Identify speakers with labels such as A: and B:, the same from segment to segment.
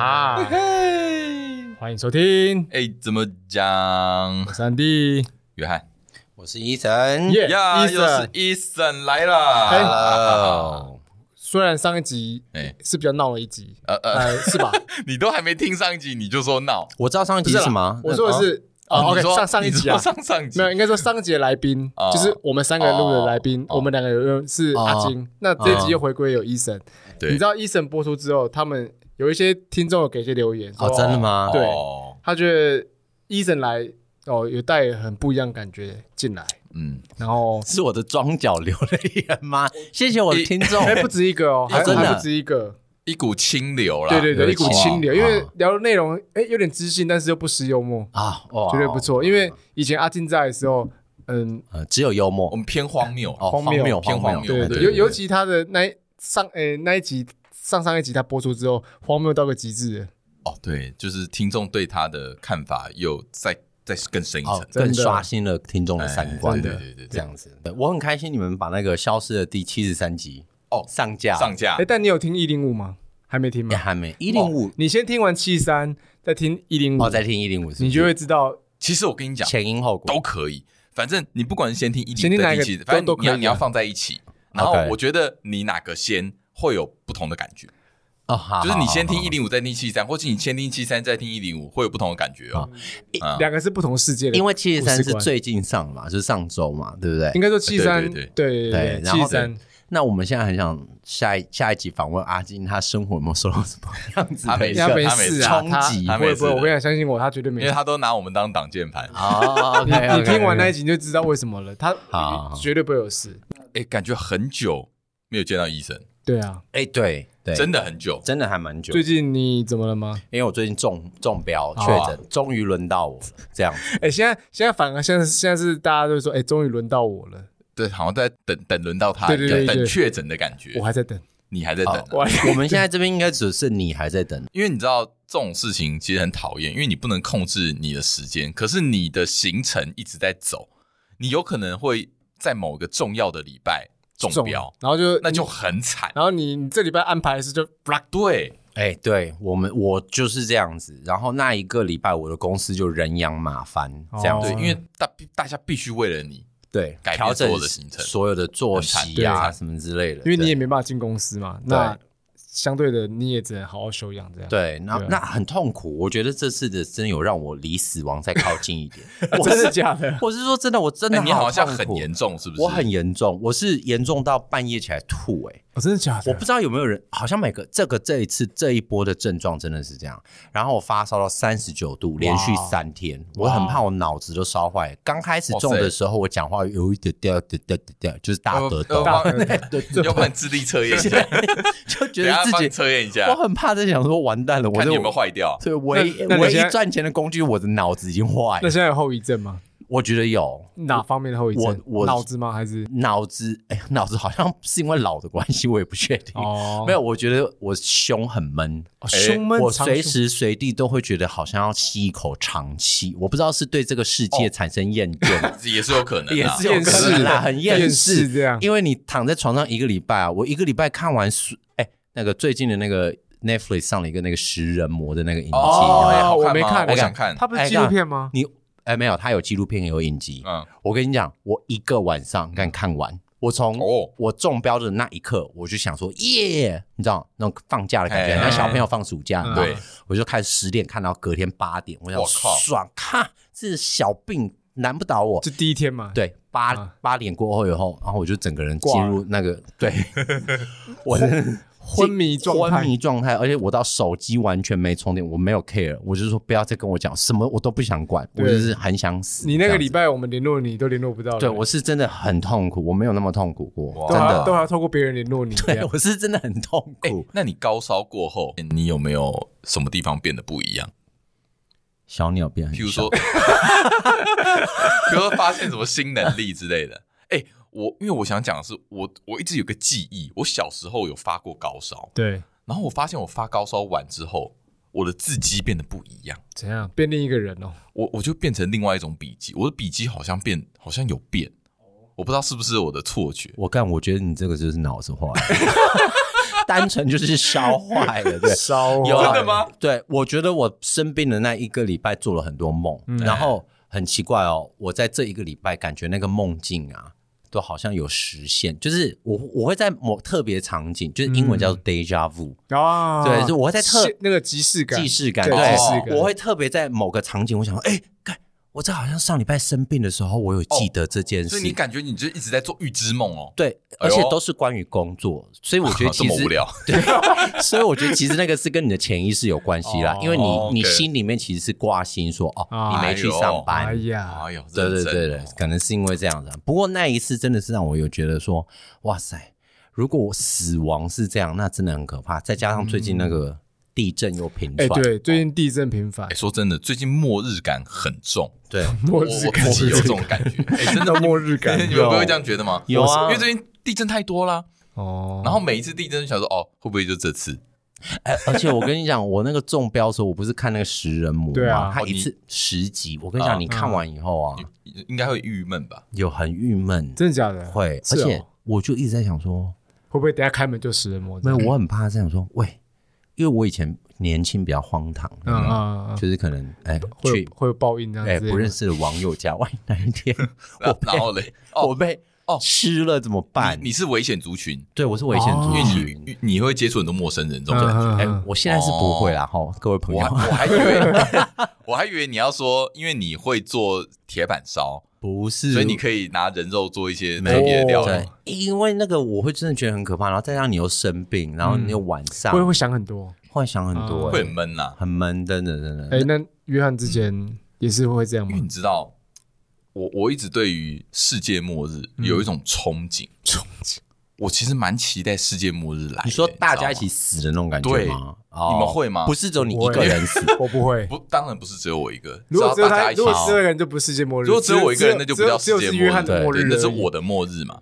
A: 啊欢迎收听，
B: 啊哎，怎么讲？
A: 我是安迪，
B: 约翰，
C: 我是伊晨。
A: 耶
B: 呀，
A: 医
B: 又是
A: 生。
B: Eason 来
A: 哎
B: 啊了。
C: 哦，
A: 虽然上一集
B: 哎，
A: 是比较闹了一集，
B: 呃呃，
A: 呃，是吧？
B: 你都还没听上一集，你就说闹。
C: 我知道上一集是什么
A: 啦，我说的
C: 嗯
A: 是哦
B: 你
A: ，OK，
B: 说
A: 上上一集啊
B: 你，说上上集
A: 没有，应该说上集的来宾
B: 哦
A: 就是我们三个人录的来宾，
B: 哦
A: 我们两个有是阿金，那这一集又回归有医生。
B: 对
A: 你知道医生播出之后，他们有一些听众有给一些留言，
C: 哦
A: 说
C: 真的吗
A: 对
B: 哦
A: 他觉得医生来哦，有带很不一样的感觉进来，
B: 嗯，
A: 然后
C: 是我的装脚流泪眼 吗？谢谢我的听众。
A: 哎不止一个 哦， 还
C: 啊真的
A: 还不止一个，
B: 一股清流啦。
A: 对对对，一股清流，
C: 哦
A: 因为聊的内容哎有点知性，但是又不失幽默，
C: 啊，哇，
A: 绝对不错。因为以前阿金在的时候，嗯，
C: 呃，只有幽默
B: 我，们偏荒谬
C: 哦，
A: 荒谬
B: 偏荒谬
A: 对
B: 对
A: 对，尤尤其他的那一上诶、那一集上上一集他播出之后，荒谬到个极致了，
B: 哦，对，就是听众对他的看法又再再更深一层
C: 哦，，
A: 嗯真的
C: 更刷新了听众的三观，
B: 哎对对对对对
C: 这样子。我很开心你们把那个消失的第七十三集
B: 哦
C: 上架，
B: 上架
A: 哎、。但你有听一零五吗？还没听吗
C: 也？还没一零五，
A: 你先听完七三，再听一零五
C: 哦，，再听一零五，
A: 你就会知道。
B: 其实我跟你讲，
C: 前因后果
B: 都可以，反正你不管是先听一集
A: 先听哪
B: 再
A: 一个
B: 听七集，
A: 都
B: 反
A: 都
B: 正你
A: 可以啊
B: 要你要放在一起。然后
C: OK
B: 我觉得你哪个先会有不同的感觉，
C: 哦，
A: 啊
C: 好
B: 就是你先听
C: 好
B: 一零五再听七三，或是你先听七三再听一零五，会有不同的感觉哦。啊
A: 两个是不同世界的，
C: 因为七十三
A: 故
C: 是
A: 事观
C: 最近上嘛，就是上周嘛，对不对
A: 应？该说七三，
B: 对对
A: 对
C: 对然
A: 七
C: 后
A: 三
C: 那我们现在很想下一下一集访问阿金，他生活有没有受到什么样子
B: 他
C: 的
B: 没
C: 一
A: 他
C: 个
A: 没
B: 事
A: 事啊，
C: 冲
A: 他
C: 击
A: 不会
B: 他
A: 不会，
B: 没事
A: 我跟你讲，啊相信我，他绝对没
B: 因
A: 事
B: 为。他都拿我们当挡箭牌，
C: 哦
A: 你
C: ，OK，
A: 你听完那一集你就知道为什么了，他
C: 好好好
A: 绝对不会有事。
B: 哎，感觉很久没有见到医生，
A: 对啊，
C: 哎，对对，
B: 真
C: 的
B: 的很久。
C: 真的还蛮久，
A: 最近你怎么了吗？
C: 因为我最近中中标
A: 哦
C: 确诊，终于轮到我了，这样子
A: 哎，现在现在反而现在现在是大家都说，哎，终于轮到我了，
B: 对，好像在等等轮到他，
A: 对对对对
B: 等确诊的感觉
A: 我。还在等。
B: 你还在等啊，
C: 好我们现在这边应该只是你还在等，
B: 因为你知道这种事情其实很讨厌，因为你不能控制你的时间，可是你的行程一直在走，你有可能会在某个重要的礼拜中
A: 中
B: 标，，
A: 然后就
B: 那就很惨。
C: 嗯
A: 然后你你这礼拜安排的是就 block
B: 对，
C: 哎，对我们我就是这样子，然后那一个礼拜我的公司就人仰马翻，这样
A: 哦
B: 对，
C: 子
B: 因为大大家必须为了你，
C: 对，
B: 改变
C: 调整
B: 所有的行程
C: 所有的作息啊
A: 很惨
C: 什么之类的，
A: 因为你
C: 对
A: 也没办法进公司嘛，那相对的你也只能好好休养这样。，
C: 对，那
A: 对啊
C: 那很痛苦。我觉得这次的真有让我离死亡再靠近一点。我
A: 真
C: 是
A: 的假的？
C: 我是说真的，我真
B: 哎
C: 的
B: 你好像
C: 痛
B: 很
C: 苦
B: 严，重，是不是？
C: 我很严重，我是严重到半夜起来吐、欸。
A: 我真的假
B: 啊
A: 的？
C: 我不知道有没有人，好像每个这个这一次这一波的症状真的是这样。然后我发烧到三十九度，连续三天，我很怕我脑子都烧坏。刚开始中
B: 哇塞
C: 的时候，我讲话有一点掉掉掉掉掉，就是大
B: 要
C: 得
B: 要
C: 抖，
B: 帮 要不然智力测验一下，
C: 就觉
B: 等 一下
C: 得自
B: 帮你
C: 己。
B: 测验一
C: 我
B: 下，
C: 很怕在想说，完蛋了，我
B: 看
C: 这
B: 你有没有坏掉。
C: 对，唯一
A: 那你
C: 唯
A: 现在
C: 一赚钱的工具，我的脑子已经坏
A: 那
C: 了。
A: 现在有后遗症吗？
C: 我觉得有
A: 哪方面的后遗症？
C: 我我
A: 脑子吗？还是
C: 脑子，哎，脑子好像是因为老的关系，我也不确定。
A: 哦
C: 没有，我觉得我胸很闷，
A: 哦胸闷？
C: 我
A: 长
C: 随
A: 胸
C: 时随地都会觉得好像要吸一口长气。我不知道是对这个世
B: 哦
C: 界产生厌 倦，
B: 也是有可能、啊，
C: 也是有
A: 厌
C: 可
A: 世
C: 能啦，很
A: 厌
C: 厌
A: 世
C: 世。
A: 这样。
C: 因为你躺在床上一个礼拜啊，我一个礼拜看完书，哎，那个最近的那个 Netflix 上了一个那个食人魔的那个影集，
B: 哦，哎好
A: 我没
B: 吗
A: 看
B: 我想看。
A: 它不是纪录片吗？
C: 你哎没有，它有纪录片也有影集，
B: 嗯，
C: 我跟你讲，我一个晚上看看完，我从
B: 哦
C: 我中标的那一刻，我就想说耶，你知道那种放假的感觉，
B: 哎
C: 那小朋友放暑假，
A: 嗯
C: 你知道
B: 对，
C: 我就看十点看到隔天八点，我想
B: 我靠
C: 爽，看这小病难不倒我。
A: 就第一天嘛。
C: 对，八
A: 嗯
C: 八点过后以后，然后我就整个人进入那个对，我
A: 昏迷状态
C: 昏迷状态，而且我到手机完全没充电，我没有 care，我就说不要再跟我讲什么，我都不想管，我
A: 对
C: 就是很想死。
A: 你那
C: 这
A: 个
C: 样子
A: 礼拜我们联络你都联络不到了，
C: 对我是真的很痛苦，我没有那么痛苦过，
B: 哇
A: 都
C: 真
A: 还要都
C: 的。
A: 还要透过别人联络你这
C: 对，
A: 样。
C: 我是真的 很痛
B: 哎、
C: 苦。
B: 那你高烧过后，你有没有什么地方变得不一样？
C: 小鸟变很
B: 譬
C: 小，
B: 如说，比 如说发现什么新能力之类的。哎、我因为我想讲的是，我我一直有个记忆，我小时候有发过高烧，
A: 对，
B: 然后我发现我发高烧完之后，我的字迹变得不一样，
A: 怎样变另一个人哦？
B: 我我就变成另外一种笔记，我的笔记好像变，好像有变，我不知道是不是我的错觉。
C: 我干，我觉得你这个就是脑子坏。 单纯就是烧坏了，对。
A: 烧
C: 有啊
B: 真的吗？
C: 对，我觉得我生病的那一个礼拜做了很多梦，
A: 嗯
C: 然后很奇怪哦，我在这一个礼拜感觉那个梦境啊，都好像有实现，就是我我会在某特别场景，就是英文
A: 嗯
C: 叫做 deja vu，、
A: 啊！
C: 对就我会在特
A: 现那个即视感，
C: 既视感，
A: 对
B: 哦
A: 即视感，
C: 我会特别在某个场景，我想说，哎，看我这好像上礼拜生病的时候，我有
A: 哦
C: 记得这件事，
B: 所以你感觉你就一直在做预知梦哦，
C: 对，
B: 哎
C: 而
B: 呦
C: 且都是关于工作，所以我觉得
B: 这
C: 其
B: 么
C: 实
B: 无聊，
C: 对， 所以我觉得其实那个是跟你的潜意识有关系啦
A: 哦，
C: 因为你
B: OK
C: 你心里面其实是挂心说哦，你
A: 哎
C: 没
A: 呦
C: 去上
A: 哎
C: 班，
A: 呀，
B: 哎呦，
C: 啊对对
B: 认真
C: 对对
B: 哦，
C: 可能是因为这样子啊。不过那一次真的是让我有觉得说，哇塞，如果我死亡是这样，那真的很可怕。再加上最近那个地震又频
A: 嗯哎，
C: 传，
A: 对，最近地震频繁
B: 哎，，说真的，最近末日感很重，
C: 对，
B: 我
A: 末
B: 我
A: 日感，
B: 自己有这种
A: 末日
B: 感 觉，哎，真的
A: 感末日感，
B: 你们不会这样觉得吗？
C: 有啊
B: 因为最近地震太多啦，
A: 哦。
B: 然后每一次地震就想说，哦，会不会就这次？
C: 哎，而且我跟你讲，我那个中标的时候，我不是看那个食人魔
A: 对啊嗯
C: 吗？他
B: 哦
C: 一
B: 你
C: 次十集，我跟你讲，
B: 嗯
C: 你看完以后啊，
B: 应应该会郁闷吧？
C: 有很郁闷，
A: 真的假的？会
C: 会，
A: 是
C: 而
A: 哦
C: 且我就一直在想说。
A: 不会等下开门就食人嗯魔？
B: 嗯
C: 没有，我很怕这样说。喂，因为我以前年轻比较荒唐，
A: 嗯啊，嗯嗯
C: 就是可能哎
A: 会
C: 去
A: 有会有报应这
C: 哎
A: 样子，
C: 不认识的网友家，万一哪一天
B: 然
C: 我
B: 后然
C: 被
B: 后嘞，哦
C: 我被
B: 哦
C: 吃了怎么办
B: 你？你是危险族群，
C: 对我是危险
A: 哦
C: 族
B: 因为
C: 群。
B: 你你会接触很多陌生人，这种感觉。
A: 嗯。
C: 哎
A: 嗯，
C: 我现在是不会啦，
B: 哦
C: 哈，各位朋
B: 我
C: 友
B: 还，我还以为我还以为你要说，因为你会做铁板烧，
C: 不是，
B: 所以你可以拿人肉做一些
C: 没
B: 特别的料
C: 对
B: 理。，
C: 因为那个我会真的觉得很可怕，然后再让你又生病，然后你又晚上
A: 会会想很多。
C: 会想很多，
B: 嗯
A: 嗯
B: 会
C: 哎
B: 很闷呐、
C: 很闷，真的真的
A: 哎，。那约翰之前也是会这样
B: 因为
A: 吗
B: 你？知道，我我一直对于世界末日有一种憧憬，
A: 憧憬。
B: 我其实蛮期待世界末日来的。
C: 你说大家一
B: 你
C: 起
B: 知
C: 死的那种感觉
B: 对
C: 吗？哦
B: 你们会吗
C: 不是只有你一
A: 我
C: 个
A: 会
C: 人死，
A: 我不会
B: 道。吗不，当然不是只有我一个，
A: 如果只
B: 只
A: 有
B: 要大
A: 他，
B: 家一起
A: 如
B: 死
A: 果，只有一个人就不是世界末日。
B: 如果只有我一个人，那
A: 只有
B: 就不叫
A: 只有
B: 世
A: 只
B: 界
A: 有是约
B: 末
A: 翰
B: 日，
A: 的末日
B: 对，
A: 而已，
B: 那是我的末日嘛。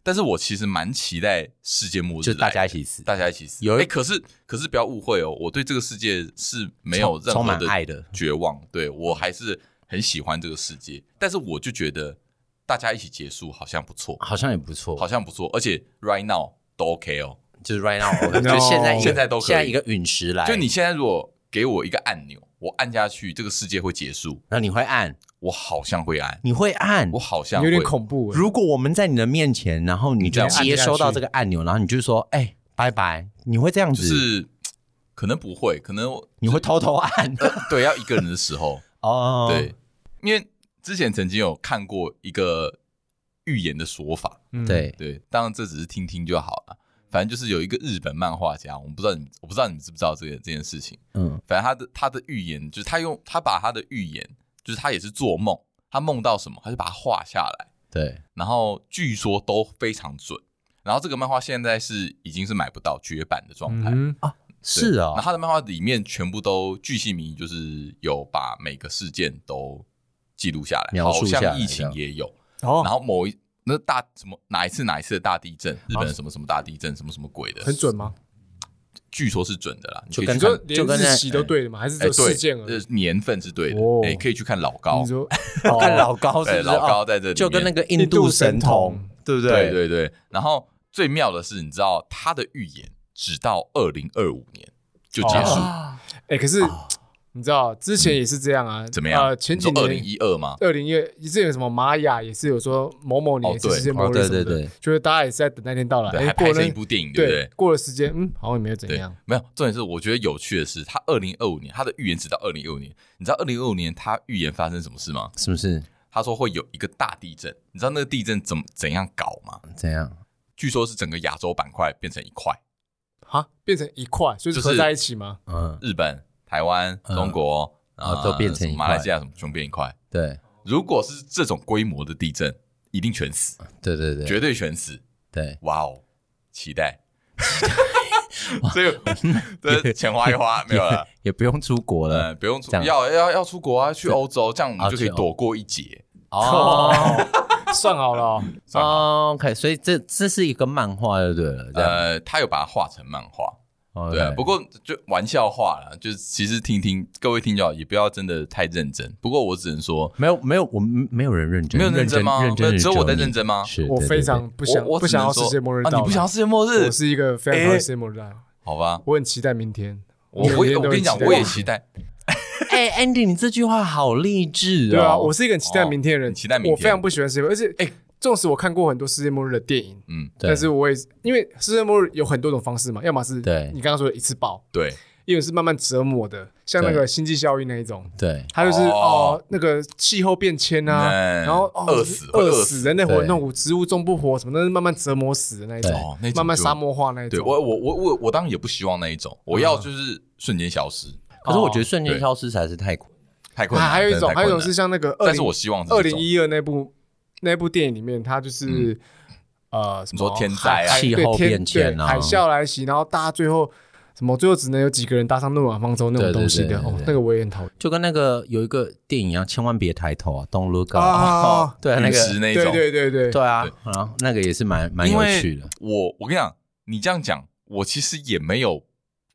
B: 但是我其实蛮期待世界末日，
C: 就大家一起死，
B: 大家一起死。
C: 有一
B: 哎、可是可是不要误会哦，我对这个世界是没有任
C: 充
B: 何
C: 满
B: 的
C: 爱的。
B: 绝望，对我还是很喜欢这个世界。但是我就觉得大家一起结束好像不错，
C: 好像也不错，
B: 好像不错，而且 right now 都 OK 哦。
C: 就是 right now，我
A: No
C: 就是现在一个
B: 现在都可以
C: 现在一个陨石来，
B: 就你，现在如果给我一个按钮，我按下去，这个世界会结束，
C: 然后你会按，
B: 我好像会按，
C: 你会按
B: 我。好像
A: 有
B: 会
A: 点恐怖欸。
C: 如果我们在你的面前，然后你
B: 你
C: 就
B: 这样
C: 接收到
A: 按下去
C: 这个按钮，然后你就说，哎，拜拜，你会这样
B: 就
C: 子，
B: 是可能不会，可能 我
C: 你会偷偷按
B: 对要一个人的时 候，呃
C: 哦，
B: 对，因为之前曾经有看过一个预言的说法，
A: 嗯，
C: 对，
B: 对，当然这只是听听就好了。反正就是有一个日本漫画家，我们不知道你，我不知道你们知不知道这个这件事情。
C: 嗯，
B: 反正他的他的预言就是他用他把他的预言，就是他也是做梦，他梦到什么，他就把它画下来，
C: 对，
B: 然后据说都非常准。然后这个漫画现在是已经是买不到绝版的状态，
A: 嗯，
B: 对
C: 是
B: 然后
C: 啊，
B: 他的漫画里面全部都巨细靡遗，就是有把每个事件都记录下来，
C: 描
B: 好
C: 述下来
B: 像疫
C: 这
B: 情
C: 样
B: 也有，然
A: 哦，
B: 后某一那大什么哪一次哪一次的大地震，日本
C: 哦
B: 的什么什么大地震，什么什么鬼的，
A: 很准吗？
B: 据说是准的啦。你可以
C: 就
B: 去
A: 你
B: 嗯看
C: 跟
A: 说连
C: 就跟那
A: 日期都对的吗？还是只
B: 哎
A: 有事
B: 对
A: 件，而
B: 呃
A: 已？
B: 年份是对的
A: 哦，
B: 哎，可以去看老高
A: 你，说
C: 哦看老高是
B: 对
C: 不是
B: 老高
C: 哦
B: 在这里面，
C: 就跟那个印
A: 印
C: 度
A: 度
C: 神
A: 神
C: 童
A: 童，
C: 对不
B: 对？对对。然后最妙的是，你知道他的预言直到二零二五年就结束，
C: 啊
A: 哎，可是你知道之前也是这样啊？
B: 嗯怎么样
A: 呃？前几
B: 二零
A: 年
B: 一二吗？
A: 二零一之前有什么玛雅也是有说某某
B: 哦
A: 年是
B: 对
A: 世界末
C: 哦
A: 日
C: 对
A: 什么
C: 对
A: 的
C: 对，
A: 就是大家也是在等那天到来。
B: 对，
A: 哎
B: 还
A: 过
B: 拍
A: 了
B: 成一部电影，对不对？
A: 过了时间，嗯，好像也没有怎
B: 对
A: 样。，
B: 没有重点是，我觉得有趣的是，他二零二五年他的预言直到二零二五年，你知道二零二五年他预言发生什么事吗？
C: 是不是
B: 他说会有一个大地震，你知道那个地震怎么怎样搞吗？
C: 怎样？
B: 据说是整个亚洲板块变成一块，
A: 啊，变成一块，所以是
B: 就是
A: 合在一起吗？
C: 嗯，
B: 日本、台湾、
C: 嗯
B: 中国
C: 啊都变成一
B: 什么
C: 块
B: 马来西亚什么全部变一块。
C: 对
B: 如果是这种规模的地震，一定全死，
C: 对对对，
B: 绝对全死。
C: 对，
B: 哇哦，期待！所以，这钱花一花没有 了，
C: 也不用出国
B: 呃，
C: 了
B: 不用出
C: 这样
B: 要要要出国啊，去欧洲，这样我
C: 啊
B: 们就可以
C: 去欧
B: 躲过一劫。
C: 哦。
A: 算好了 哦，
B: 算好
C: 哦 OK，所以这这是一个漫画就对了，这样。
B: 呃，他有把它画成漫画，
C: 哦
B: 呃对啊，
C: 对
B: 不过就玩笑话啦，就是其实听听各位听友也不要真的太认真。不过我只能说，
C: 没有没有，我们没有人认真，
B: 没有认
C: 认
B: 真吗
C: 认真
B: 没有只有我在
C: 你
B: 认真吗
C: 是，
A: 我
C: 对
A: 非
C: 对
A: 常不想
B: 我我
A: 不
B: 只
A: 想
B: 能
A: 要世
B: 说
A: 界末日
B: 啊，
A: 到
B: 你不想要
A: 来。
B: 世界末日
A: 我？是一个非常讨厌
B: 哎
A: 世界末日的人，
B: 好吧，
A: 我很期待明天。
B: 我我也我跟你讲，我也哦期待。
C: 哎，Andy，你这句话好励志哦！
A: 对啊，我是一个很期待明天的人，
B: 哦期待明天
A: 我非常不喜欢世界末日，而且
B: 哎
A: 哎，纵使我看过很多世界末日的电影，
B: 嗯，
C: 对
A: 但是我也是因为世界末日有很多种方式嘛，要么是
C: 对
A: 你刚刚说的一次爆，
B: 对，
A: 一种是慢慢折磨的，像那
C: 对
A: 个星际效应那一种，
C: 对
A: 它就是
B: 哦
A: 哦那个气候变迁啊，
B: 嗯
A: 然后哦
B: 饿死会
A: 饿
B: 饿
A: 死
B: 死
A: 人类活
C: 对
A: 动物植物种不活什么，那是慢慢折磨死的那一
C: 对
A: 种
B: 哦，那种
A: 慢慢
B: 就
A: 沙漠化那一
B: 对
A: 种。
B: 我我我我我当然也不希望那一种，我
A: 啊
B: 要就是瞬间消失，
C: 可是我觉得瞬间
B: 哦对
C: 消失才是太苦。
B: 太困
A: 还
B: 难。
A: 还有一种
B: 真的太困难
A: 还有一种是，像那个二
B: 但是我
A: 零
B: 希望是这
A: 二零
B: 种
A: 一二那部那部电影里面，它就是。呃，
B: 嗯
A: 什
B: 你
A: 么
B: 说天灾啊
A: 海海
C: 气候
A: 对天
C: 变迁
A: 对
C: 啊
A: 海啸来袭，然后大家最后什么，最后只能有几个人搭上诺亚方舟那种
C: 对对
A: 东西
C: 对
A: 的，
C: 对
A: 哦
C: 对，
A: 那个我也很讨厌。
C: 就跟那个有一个电影一样，千万别抬头啊，Don't look up
A: 啊
C: 对啊，那
B: 陨石
C: 个
B: 那一
A: 对
B: 种，
A: 对对对，
C: 对啊
B: 对，
C: 然后那个也是蛮蛮
B: 因
C: 有
B: 为
C: 趣的。
B: 我我跟你讲，你这样讲，我其实也没有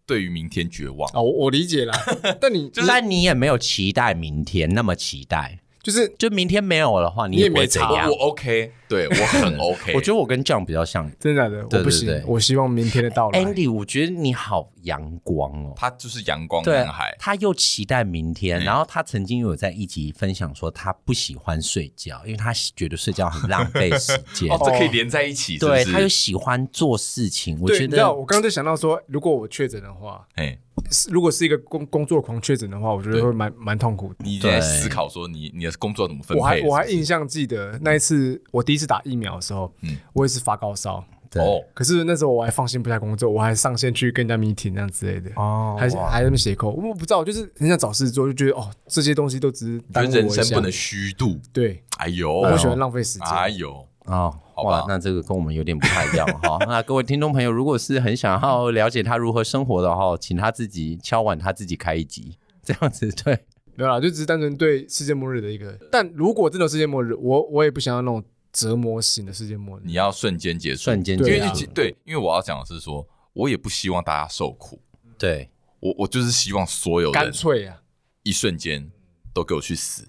B: 对于明天绝望。
A: 啊，我我 理解啦。但你
B: 就是
C: 但你也没有期待明天那么期待，
A: 就是
C: 就明天没有的话，你
A: 你也
C: 不会
A: 没
C: 怎
A: 差
C: 样
B: 我。OK，对 哎我很 OK。
C: 我觉得我跟 John 比较像
A: 真的假的，
C: 对
A: 我不
C: 对
A: 行
C: 对，
A: 我希望明天的到来。
B: 哎
C: Andy，我觉得你好阳光哦。
B: 他就是阳光
C: 对
B: 男孩，，
C: 他又期待明天，
B: 嗯
C: 然后他曾经有在一集分享说他不喜欢睡觉，因为他觉得睡觉很浪费时间。
B: 哦，这可以连在一起，是不
C: 对，他又
B: 是？
C: 喜欢做事情，我
A: 对，
C: 觉
A: 你知道，
C: 得
A: 我刚刚就想到说，如果我确诊的话，
B: 哎，
A: 是如果是一个工工作狂确诊的话，我觉得会蛮蛮痛苦的。
B: 你在
C: 对
B: 思考说你你的工作怎么分
A: 我还
B: 配？
A: 我还
B: 是
A: 印象记得那一次我第一次打疫苗的时候，
B: 嗯
A: 我也是发高烧，
B: 不是哦，
A: 可是那时候我还放心不下工作，我还上线去跟人家 meeting 那样之类的，
C: 哦
A: 还还在那边写扣，我不知道，我就是很想找事做，就觉得哦这些东西都只是
B: 你觉
A: 耽
B: 得
A: 误
B: 人
A: 我一
B: 生
A: 下
B: 不能虚度。
A: 对，
B: 哎呦，
A: 我不喜欢浪费时间。
B: 哎呦，
C: 哦，
B: 好吧
C: 哇，那这个跟我们有点不太一样哈。那各位听众朋友，如果是很想要了解他如何生活的哈，请他自己敲碗，他自己开一集，这样子对。
A: 没有啦，就只是单纯对世界末日的一个。但如果真的有世界末日，我我也不想要那种折磨型的世界末日。
B: 你要瞬间结束，
C: 瞬间
B: 因
A: 对
B: 为
A: 啊
B: 其实对，因为我要讲的是说，我也不希望大家受苦，
C: 对，
B: 我我就是希望所有
A: 干
B: 人
A: 脆啊，
B: 一瞬间都给我去死，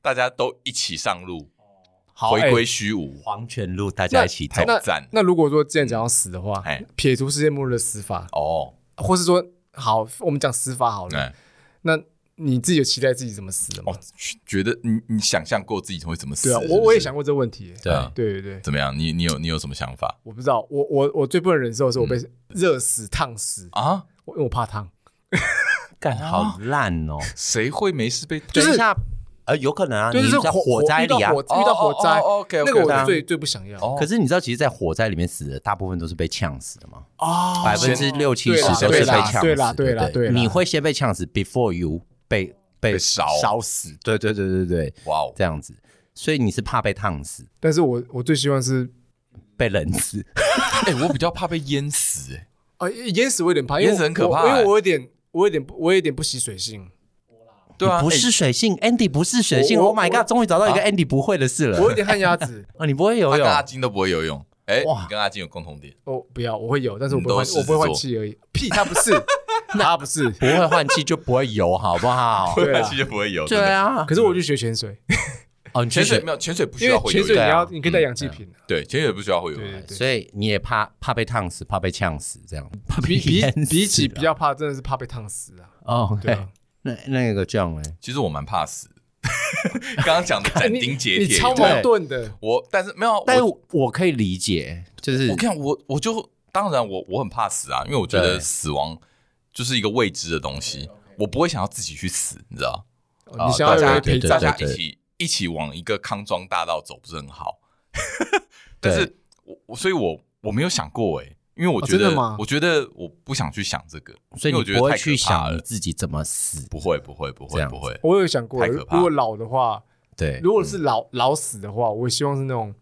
B: 大家都一起上路，
A: 好
B: 回归
A: 哎
B: 虚无，
C: 黄泉路大家一起走
B: 太。
A: 那
B: 赞
A: 那如果说既然讲到死的话
B: 嗯哎，
A: 撇除世界末日的死法，
B: 哦，
A: 或是说好，我们讲死法好了，
B: 哎，
A: 那你自己有期待自己怎么死的吗
B: 哦？，觉得你你想象过自己会怎么死？
A: 对啊，
B: 是
A: 我
B: 不
A: 我也
B: 是
A: 想过这个问题。
C: 对
B: 啊
A: 对对对，
B: 怎么样？你你有你有什么想法
A: 我不知道，我我我最不能忍受的是我被
B: 嗯
A: 热死、烫死，
B: 啊？
A: 我因为我怕烫。
C: 干好烂哦！
B: 谁会没事被
A: 就是
C: 等一下，呃，有可能啊，
A: 对，
C: 你
A: 就是
C: 在火灾里啊
A: 遇到。火遇到火灾
B: 哦哦哦，OK，OK，
A: 那个
B: 对
A: 我
B: 啊
A: 最最不想要。
B: 哦
C: 可是你知道，其实，在火灾里面死的大部分都是被呛死的吗？
A: 哦
C: 百分之六七十
A: 对啦
C: 都是被
B: 对啦
C: 呛死的。
A: 对啦对啦
C: 不
A: 对啦
C: 你会先被呛死，before you 被被
B: 被烧
C: 烧死。对对对对对，
B: 哇哦，
C: 这样子，所以你是怕被烫死，
A: 但是我我最希望是
C: 被冷死。
B: 哎，我比较怕被淹死，哎，
A: 啊，淹死我有点怕，因为
B: 淹死很可怕
A: 我因
B: 欸
A: 为我有点，我有点不，我有点不习水性，
B: 对啊，
C: 不
B: 哎
C: 是水性，Andy 不是水性。
A: 我我
C: Oh my god！终于找到一个
B: 啊
C: Andy 不会的事了。
A: 我。有点旱鸭子
C: 哦，你不会游
B: 他跟
C: 泳？
B: 阿金都不会游泳，哎，
C: 哇
B: 你跟阿金有共同点，
A: 哦，不要，我会有，但是我不
B: 你
A: 会
B: 都
A: 换，
B: 是
A: 我不会换
B: 狮子座
A: 气而已。屁，他不是，他不是。
C: 不会换气就不会游，好 不好？
A: 对啊
B: 阿金就不会游，真
C: 对
B: 的，
C: 啊
A: 可。是我去学潜水，
C: 哦，你
B: 潜
C: 潜
B: 水
C: 水，
B: 没有潜水不需
A: 因
B: 要
A: 为
B: 会
A: 潜
B: 游泳，
A: 水你
C: 对啊
A: 要，你可以带氧气瓶啊。
B: 对，潜水不需要会游
A: 对对
B: 泳，
A: 对，
C: 所以你也怕怕被烫死，怕被呛死，这样。怕 被
A: 比比
C: 淹死
A: 比起
C: 啊
A: 比较怕，真的是怕被烫死啊。
C: 哦，
A: 对
C: 对
A: 啊，
C: 那那个这样哎，
B: 其实我蛮怕死的， 刚刚讲的斩
A: 你
B: 钉截
A: 你
B: 铁，
A: 超
B: 有没有
A: 矛盾的。
B: 我但是没有啊，
C: 但是
B: 我
C: 我我可以理解，就是
B: 我看我我就当然我我很怕死啊，因为我觉得
C: 对
B: 死亡就是一个未知的东西，我不会想要自己去死，你知道？啊
A: 哦你想
B: 大
A: 要有
B: 家
A: 人陪
C: 对
B: 大
A: 葬，
B: 家一起一起往一个康庄大道走，不是很好？ 但是我我所以我，我没有想过哎、因为我
A: 哦
B: 觉得、
A: 真的吗
B: 我觉得我不想去想这个，
C: 所以
B: 因为
C: 你
B: 我觉得
C: 不会
B: 太可
C: 去
B: 怕
C: 想你
B: 了，
C: 自己怎么死，
B: 不会不会不
C: 这
B: 会
C: 样子
B: 不会，
A: 我有想过，
B: 太可
A: 如
B: 怕
A: 果老的话，
C: 对，
A: 如果是老老死的话，我希望是那种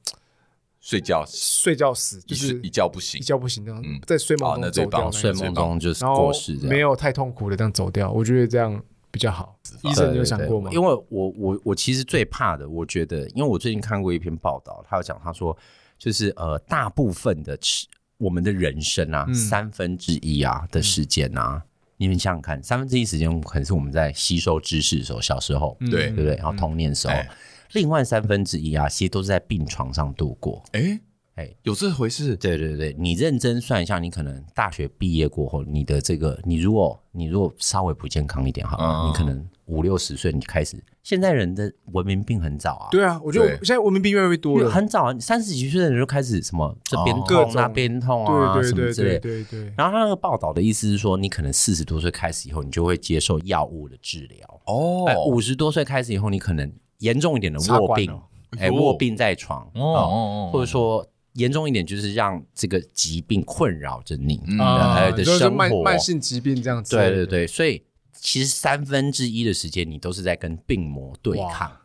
B: 睡觉
C: 哦
A: 睡觉死，
B: 一
A: 就是
B: 一觉不醒
A: 一，觉不醒那种
B: 嗯，
A: 在睡
B: 哦
A: 梦
B: 那
A: 中
B: 最
A: 走
B: 棒
A: 掉那一
C: 睡
A: 种。
C: 梦中就是
A: 然后
C: 过世这
A: 没
C: 样。
A: 有太痛苦的这样走掉，我觉得这样比较好。医
C: 对
A: 生，你有
C: 对
A: 想
C: 对
A: 过吗？
C: 因为我我我其实最怕的，我觉得，因为我最近看过一篇报道，他有讲，他说就是呃，大部分的吃我们的人生啊，
A: 嗯
C: 三分之一啊的时间啊，你们想想看，三分之一时间可能是我们在吸收知识的时候，小时候，
A: 嗯
B: 对
C: 对不对？然后童年的时候，
B: 哎
C: 另外三分之一啊，其实都是在病床上度过。
B: 哎
C: 哎
B: 有这回事？
C: 对对对，你认真算一下，你可能大学毕业过后，你的这个，你如果你如果稍微不健康一点好了，
B: 嗯
C: 你可能五六十岁你开始，现在人的文明病很早啊，
A: 对啊，我觉得我
B: 对
A: 现在文明病越来越多
C: 因为
A: 了，
C: 很早啊，三十几岁的人就开始什么这边
B: 各
C: 痛
A: 哦种
C: 那边痛啊，
A: 对对
C: 什么
A: 对
C: 之类
A: 对
C: 的。
A: 对对，
C: 然后他那个报道的意思是说，你可能四十多岁开始以后，你就会接受药物的治疗。
B: 哦
C: 哎，五十多岁开始以后，你可能严重一点的
A: 插
C: 卧
A: 管
C: 病
A: 哦，
B: 哎
C: 哎，
B: 呦
C: 卧病在床
B: 哦
C: 哦，
B: 哦
C: 或者说严重一点就是让这个疾病困扰着你
B: 嗯
C: 的还有你
A: 就
C: 的
A: 啊是
C: 生
A: 慢
C: 活。
A: 慢性疾病这样子。
C: 对对对，所以其实三分之一的时间你都是在跟病魔对
A: 哇
C: 抗。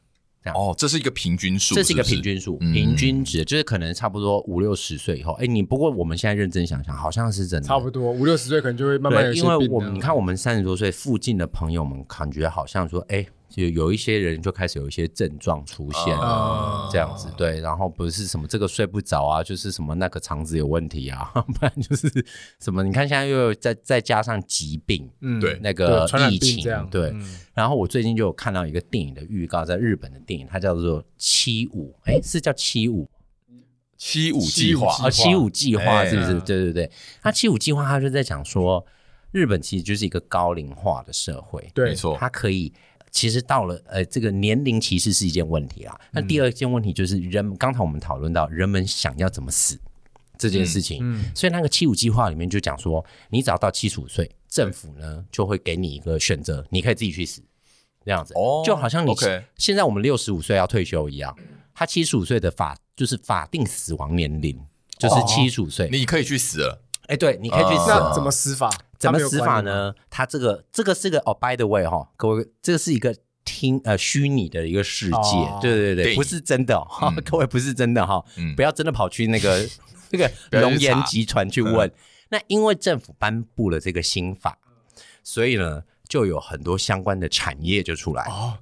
B: 哦，这是一个平均数，
C: 这是一个
B: 不
C: 平均数，
B: 嗯
C: 平均值就是可能差不多五六十岁以后。哎，你不过我们现在认真想想，好像是真的，
A: 差不多五六十岁可能就会慢慢有
C: 对，
A: 一
C: 因
A: 些
C: 为
A: 病
C: 我
A: 啊
C: 们你看，我们三十多岁附近的朋友们，感觉好像说，哎，就有一些人就开始有一是症状出现
A: 啊
C: 了，这样子对，然后不是什么这个睡不着啊，就是什么那个肠子有问题啊， 不然就是什么，你看现在又有再再加上疾病，
A: 嗯
B: 对
C: 那个
A: 对传染
C: 疫
A: 病
C: 情
A: 这样，
C: 对
A: 嗯
C: 然后我最近就有看到一个电影的预告，在日本的电影，它叫做《七五》，哎，是叫《七五》
B: 七五计划
A: 计划
C: 啊，《七五计划》
B: 哎
C: 是不是？
A: 嗯
C: 对对对，它《七五计划》它就在讲说，日本其实就是一个高龄化的社会，
A: 对，
B: 没错，
C: 它可以。其实到了呃，这个年龄歧视是一件问题啦。那第二件问题就是人，刚才我们讨论到人们想要怎么死这件事情，
A: 嗯
C: 所以那个七五计划里面就讲说，你只要到七十五岁，政府呢就会给你一个选择，你可以自己去死，这样子。
B: 哦
C: 就好像你
B: OK
C: 现在我们六十五岁要退休一样，他七十五岁的法就是法定死亡年龄就是
A: 哦
C: 七十五岁。
B: 你可以去死了，
C: 哎，对，你可以去死
B: 啊
C: 了。
A: 那怎么死法？
C: 怎
A: 它
C: 么
A: 没有
C: 死法
A: 关联吗？
C: 呢？它这个这个是个哦，by the way 哈、各位，这是一个听呃虚拟的一个世界，
A: 哦
C: 对对
B: 电
C: 对，
B: 影
C: 不是真的、哦，哈
B: 嗯
C: 各位不是真的哈、
B: 嗯
C: 不要真的跑去那 个那个
B: 不要去
C: 龙岩
B: 查嗯
C: 集团去问。那因为政府颁布了这个新法，所以呢，就有很多相关的产业就出来。
A: 哦，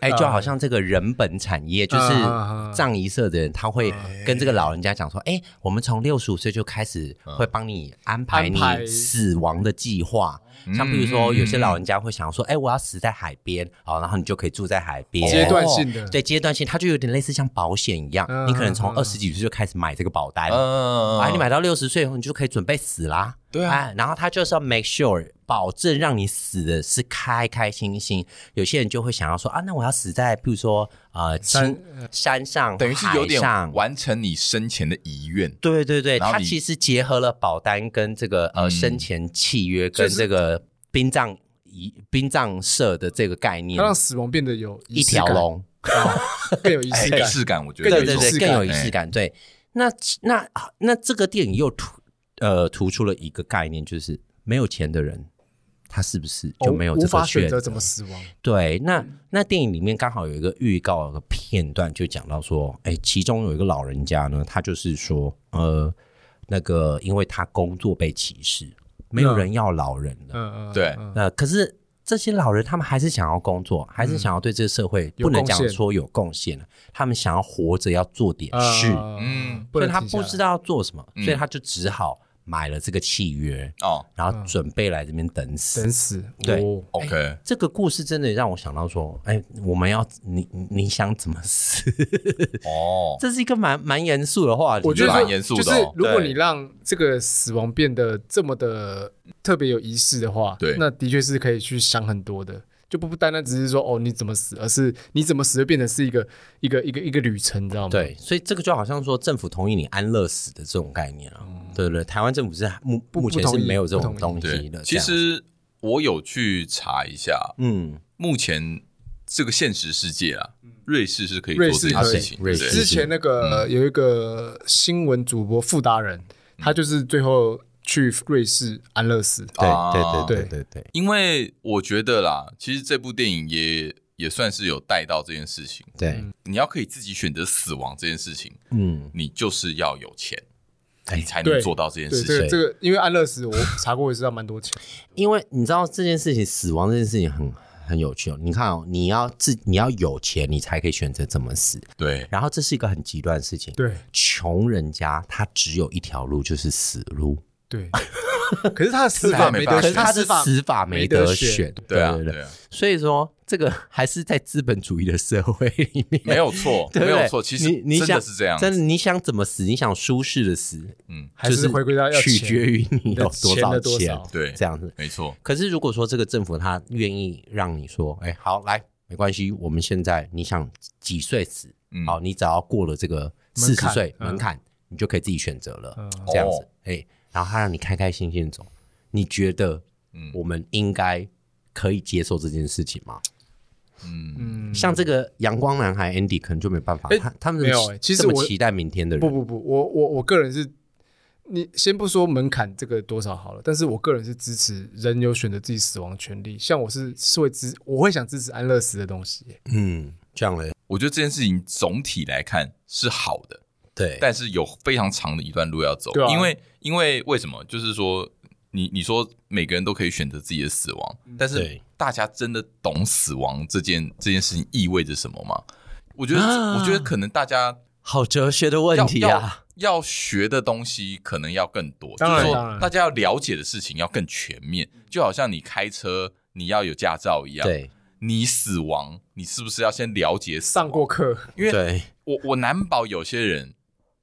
C: 哎，就好像这个人本产业，就是
A: 啊啊啊
C: 葬仪社的人，他会跟这个老人家讲说：“哎，我们从六十五岁就开始会帮你安排
A: 安排
C: 你死亡的计划。
B: 嗯
C: 像比如说，
B: 嗯
C: 有些老人家会想说：‘哎，我要死在海边。’哦好，然后你就可以住在海边。哦
A: 阶段性的
C: 对阶段性，它就有点类似像保险一样
A: 嗯，
C: 你可能
A: 嗯
C: 从
A: 嗯
C: 二十几岁就开始买这个保单。
B: 嗯，
C: 啊，你买到六十岁以后，你就可以准备死啦。
B: 对啊
C: 哎然后他就是要 make sure 保证让你死的是开开心心。有些人就会想要说啊，那我要死在，譬如说呃，
A: 山
C: 青山上，
B: 嗯等于是有点
C: 海上。
B: 完成你生前的遗愿，
C: 对对对，
B: 然后
C: 它
B: 你
C: 其实结合了保单跟这个呃
B: 嗯
C: 生前契约跟
A: 就是
C: 这个殡葬仪殡葬社的这个概念
A: 它，让死亡变得有仪
C: 一
A: 式
C: 条
A: 感，
C: 龙。哎
A: 哦更有仪式
B: 哎 仪
A: 感。
B: 式感，我觉
A: 更
B: 得
C: 对对
A: 有仪
C: 对，
A: 式
C: 更
A: 感哎
C: 有仪
B: 哎
C: 式感。对，那那啊那这个电影又突呃突出了一个概念，就是没有钱的人，他是不是就没有
A: 哦无
C: 这
A: 法
C: 个
A: 选
C: 选
A: 择怎么死亡，
C: 对，那那电影里面刚好有一个预告有个片段，就讲到说，哎，其中有一个老人家呢，他就是说，呃，那个因为他工作被歧视，没有
A: 嗯
C: 人要老人了。
A: 嗯嗯，
B: 对
A: 嗯
C: 呃，可是这些老人他们还是想要工作，还是想要对这个社会、
A: 有
C: 不能
A: 贡
C: 讲
A: 献
C: 说有贡献了，他们想要活着要做点事，
B: 嗯，
A: 啊不
C: 所
A: 能
C: 以他
A: 停下
C: 不
A: 来
C: 知道要做什么，
B: 嗯
C: 所以他就只好买了这个契约，
B: 哦
C: 然后准备来这边等
A: 嗯
C: 死。
A: 等死，
C: 对
A: 哦
B: ，OK，
C: 这个故事真的让我想到说，哎，我们要你你你想怎么死？
B: 哦，
C: 这是一个蛮蛮严肃的话题吧。
A: 我觉得
B: 蛮严肃的哦
A: 就是如果
B: 对
A: 你让这个死亡变得这么的特别有仪式的话，
B: 对
A: 那的确是可以去想很多的，就不不单单只是说哦你怎么死，而是你怎么死就变成是一个一个一个一个旅程，你知道吗？，
C: 对，所以这个就好像说政府同意你安乐死的这种概念啊，对不对？台湾政府是目
A: 嗯不
C: 目前
A: 不
C: 是
A: 同意
C: 没有这种
A: 不同
C: 东
A: 意
C: 西
B: 对
C: 的。，
B: 其
C: 这样，
B: 实我有去查一下，
C: 嗯，
B: 目前这个现实世界啊，瑞士是可以做
A: 嗯瑞
B: 这
A: 士
B: 件
A: 可
B: 事
A: 以
B: 情，
C: 瑞
B: 对嗯
C: 士
B: 不
A: 之
B: 对
A: 前那个有一个新闻主播傅达人，
B: 嗯
A: 他就是最后去瑞士安乐死，
C: 对
B: 啊
C: 对
A: 对
C: 对对对对，
B: 因为我觉得啦，其实这部电影也也算是有带到这件事情。
C: 对，
B: 你要可以自己选择死亡这件事情，
C: 嗯，
B: 你就是要有钱，
C: 哎
B: 你才能
A: 对
B: 做到这件
A: 对
B: 事
A: 这
B: 情。
A: 个这个，因为安乐死我查过也知道蛮多钱，
C: 因为你知道这件事情，死亡这件事情很很有趣哦。你看哦，你要自你要有钱，你才可以选择怎么死。
B: 对，
C: 然后这是一个很极端的事情。
A: 对
C: 穷人家他只有一条路，就是死路。
A: 对，可是他的死
B: 是
A: 法
B: 没
A: 没
B: 办法
A: 得
C: 可
A: 选，
C: 是他
A: 的
C: 的死法
A: 没
C: 没
A: 得
C: 得
A: 选
C: 选，
B: 对啊，
C: 对
B: 对啊，
C: 所以说，这个还是在资本主义的社会里面，
B: 没有错，
C: 对不
B: 没
C: 对
B: 有错，其实
C: 你你
B: 真的
C: 想
B: 是这样子，
C: 真的你想怎么死？你想舒适的死，
A: 还
C: 就是
A: 回归到要
C: 取
A: 钱
C: 决于你有
A: 钱
C: 少
A: 的多少
B: 对，
C: 这样子。
B: 没错，
C: 可是如果说这个政府他愿意让你说，哎，好，来，没关系，我们现在你想几岁死？
B: 嗯，
C: 好，你只要过了这个四
A: 门
C: 十
A: 槛
C: 岁
A: 嗯
C: 门槛，你就可以自己选择了，
A: 嗯
C: 这样子
B: 哦，
C: 哎，然后他让你开开心心地走，你觉得
B: 嗯
C: 我们应该可以接受这件事情吗？
B: 嗯，
A: 嗯，
C: 像这个阳光男孩 Andy 可能就没办法，
A: 哎
C: 他他们
A: 没有
C: 这么
A: 哎其实
C: 这么
A: 我
C: 期待明天的
A: 不
C: 人，
A: 不不，我我我个人是，你先不说门槛这个多少好了，但是我个人是支持人有选择自己死亡的权利。像我是是会支，我会想支持安乐死的东西。
C: 嗯，这样的
B: 我觉得这件事情总体来看是好的，
C: 对，
B: 但是有非常长的一段路要走，
A: 对啊
B: 因为因为为什么？就是说，你你说每个人都可以选择自己的死亡，
A: 嗯
B: 但是
C: 对
B: 大家真的懂死亡这件这件事情意味着什么吗？我觉得，
C: 啊
B: 我觉得可能大家
C: 好哲学的
B: 要
C: 问题啊，
B: 要要学的东西可能要更多，就
A: 当然
B: 是
A: 当
B: 说
A: 然嗯
B: 大家要了解的事情要更全面，就好像你开车你要有驾照一样，
C: 对
B: 你死亡你是不是要先了解死亡
A: 上过课，
B: 因为
C: 对，
B: 我我难保有些人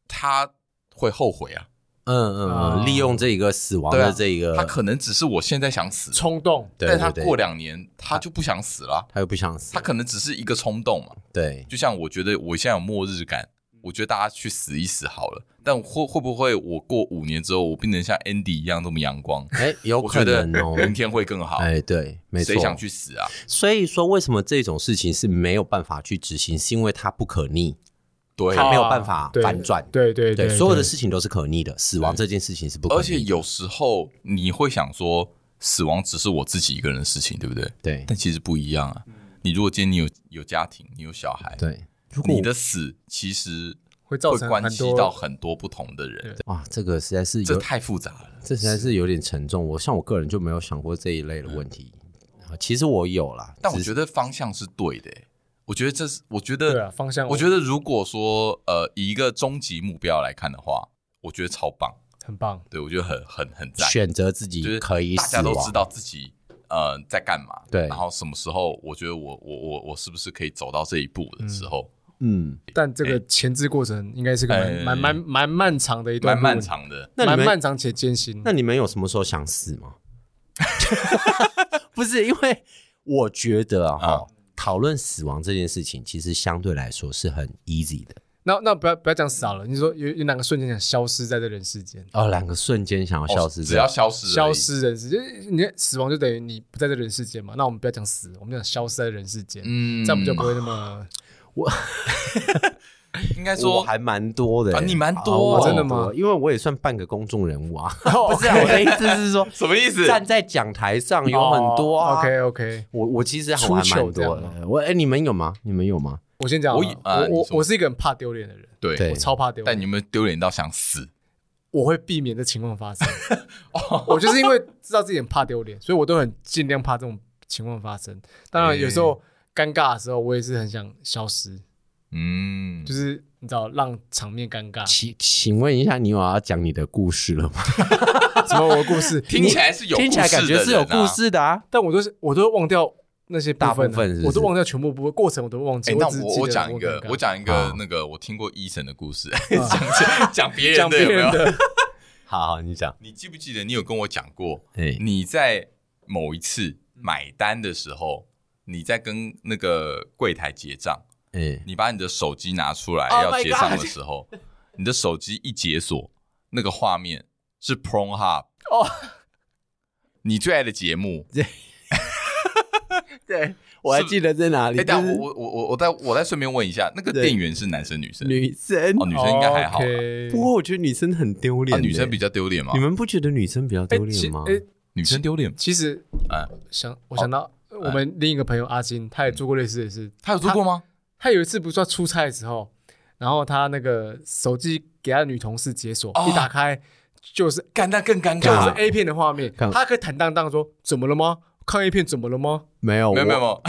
B: 他会后悔啊。
C: 嗯嗯
A: 啊
C: 嗯，利用这个死亡
B: 对啊
C: 的这个，
B: 他可能只是我现在想死，
A: 冲动，
C: 对
B: 但他
C: 对对
B: 过两年他就不想死了，
C: 他又不想死
B: 他，可能只是一个冲动嘛。
C: 对，
B: 就像我觉得我现在有末日感，我觉得大家去死一死好了。但会会不会我过五年之后，我变成像 Andy 一样这么阳光？
C: 哎，有
B: 我
C: 可
B: 觉得
C: 能哦，
B: 明天会更好。
C: 哎，对，没错
B: 谁，想去死啊？
C: 所以说为什么这种事情是没有办法去执行，是因为它不可逆，
B: 对，
C: 它没有
A: 啊
C: 办法
A: 对
C: 反转，
A: 对对
C: 对，
A: 对，
C: 所有的
A: 对
C: 事情都是可逆的，死亡
B: 对
C: 这件事情是不可逆
B: 而
C: 的，
B: 且有时候你会想说，死亡只是我自己一个人的事情，对不对？
C: 对
B: 但其实不一样啊。你如果今天你有有家庭，你有小孩，
C: 对，如果
B: 你的死其实
A: 会造成
B: 关
A: 很
B: 系
A: 多
B: 到很多不同的人，
C: 哇，这个实在是
B: 这
C: 有
B: 太复杂了。
C: 这实在是有点沉重。我像我个人就没有想过这一类的问题，啊其实我有啦，
B: 嗯但我
C: 只是
B: 觉得方向是对的欸、我觉得这是，我觉
A: 对啊
B: 得，
A: 方向，
B: 我觉得如果说呃，以一个终极目标来看的话，我觉得超棒，
A: 很棒。
B: 对我觉得很很很赞，
C: 选择自
B: 就是
C: 己可以
B: 大
C: 死
B: 家都知
C: 亡，
B: 道自己呃在干嘛，
C: 对
B: 然后什么时候，我觉得我我我我是不是可以走到这一步的时候，
C: 嗯，
A: 但这个前置过程应该是个
B: 哎
A: 蛮蛮蛮蛮漫长的一段
B: 蛮
A: 路，
B: 漫长的。
C: 那你
A: 蛮
C: 们
A: 漫长且艰辛。
C: 那你们有什么时候想死吗？ 不是，因为我觉得哈、
B: 啊
C: 讨论死亡这件事情，其实相对来说是很 easy 的。
A: 那那不要不要讲傻了，你说有有哪个瞬间想消失在这人世间？
C: 哦，两个瞬间想要消失，
B: 哦只要消失而已，
A: 消失人世，就是你的死亡就等于你不在这人世间嘛。那我们不要讲死，我们讲消失在人世间，
B: 嗯，
A: 这样我们就不会那么
B: 应该
C: 我
B: 说
C: 还蛮多的欸、
B: 啊你蛮多
C: 我
A: 哦
C: 很
A: 真的吗
C: 多因为我也算半个公众人 物啊。不是、啊，我的意思是说，
B: 什么 意思？
C: 站在讲台上
B: 嗯
C: 有很多啊。
A: 哦 OK OK，
C: 我我其实还
A: 出
C: 蛮
A: 糗
C: 多
A: 这样
C: 的。我哎、你们有吗？你们有吗？
A: 我先讲好
B: 我
A: 了，
B: 以
A: 我
B: 啊
A: 我
B: 你说
A: 我是一个很怕丢脸的人，
B: 对
C: 对
A: 我超怕丢
B: 但
A: 脸，
B: 你有没有丢脸到想死？
A: 我会避免这情况 发生。
B: 哦
A: 我就是因为知道自己很怕丢脸，所以我都很尽量怕这种情况发生。当然，有时候尴尬的时候，我也是很想消失，
B: 嗯，
A: 就是你知道让场面 尴尬。
C: 请请问一下，你有要讲你的故事了吗？
A: 什么我的故事？
B: 听起来是有故事
C: 听
B: 的啊
C: 起来感觉是有故事的啊。
A: 但我都是我都忘掉那些
C: 大部
A: 分了，啊
C: 分是不是
A: 我都忘掉全部部分过程，我都忘记。
B: 哎、那
A: 只
B: 我
A: 记
B: 我
A: 得
B: 讲一个，
A: 很
B: 我
A: 尴尬
B: 讲一个
C: 好
B: 那个，我听过医生的故 事，讲讲别人
A: 讲
B: 的
A: 别
B: 有没
A: 人
B: 有？
A: 的，
C: 好好，你讲。
B: 你记不记得你有跟我讲过，
C: 哎
B: 你在某一次买单的时候，你在跟那个柜台结账，
C: 哎，
B: 你把你的手机拿出来
C: Oh
B: 要
C: my
B: 结账的
C: God
B: 时候，你的手机一解锁，那个画面是 Pornhub
A: 哦，
B: 你最爱的节目。
C: 对，我还记得在哪里
B: 哎、，但
C: 就是
B: 我我我我我再我再顺便问一下，那个
C: 对
B: 店员是男生女生？
C: 女生。
B: 哦，女生应该还好啦。
A: OK
C: 不过我觉得女生很丢
B: 啊，
C: 脸，
B: 女生比。较丢脸吗
C: 你？们不觉得女生比较
A: 哎
C: 丢
A: 其
C: 脸吗？
A: 哎，
B: 女生丢脸，
A: 其实
B: 哎，嗯
A: 想我想到我们另一个朋友阿金，他也做过类似的事。
B: 她有做过吗？
A: 他有一次不是要出差的时候，然后他那个手机给他的女同事解锁，
B: 哦
A: 一打开就是
B: 干，那更尴
A: 就是
B: 尬。
C: 啊
A: A 片的画面，
C: 看
A: 他可以坦荡荡说：“怎么了吗？抗议片怎么了吗？
C: 没有
B: 没有没有没
C: 我
B: 有，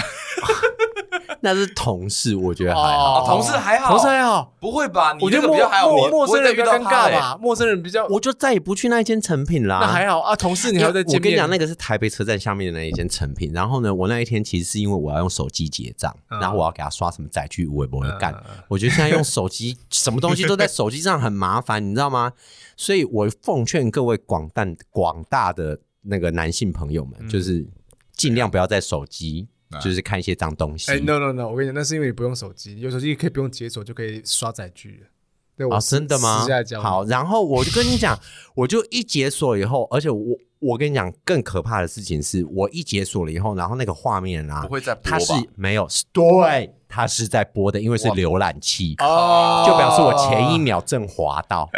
C: 那是同事，我觉得还好。
A: 哦
B: 啊同事还好，
A: 同事还好，
B: 不会吧？你
A: 我觉
B: 那个
A: 得陌
B: 比较还好，
A: 陌
B: 我
A: 陌生人比
B: 比
A: 较尴
B: 吧？
A: 尬吧，陌生人比较，
C: 我就再也不去那一间成品啦。
A: 那还好啊，同事你还要再
C: 因为我
A: 见
C: 跟你
A: 面，啊
C: 讲，那个是台北车站下面的那一间成品。然后呢，我那一天其实是因为我要用手机结账，
A: 嗯
C: 然后我要给他刷什么载具，我也不会干
A: 嗯嗯嗯。
C: 我觉得现在用手机，什么东西都在手机上很麻烦，你知道吗？所以我奉劝各位广大广大的那个男性朋友
A: 嗯
C: 们，就是尽量不要在手机。就是看一些脏东西
A: 哎、n o no no，我跟你讲，那是因为你不用手机，有手机可以不用解锁就可以刷载具了。对，我
C: 啊，
A: 私、
C: 真的吗
A: 私下教？你，
C: 好，然后我就跟你讲，我就一解锁以后，而且我我跟你讲，更可怕的事情是我一解锁了以后，然后那个画面啊，
B: 不会再播
C: 它是
B: 吧？
C: 没有，是对，它是在播的，因为是
B: 哇
C: 浏览器，
A: 哦，
C: 就表示我前一秒正滑 到。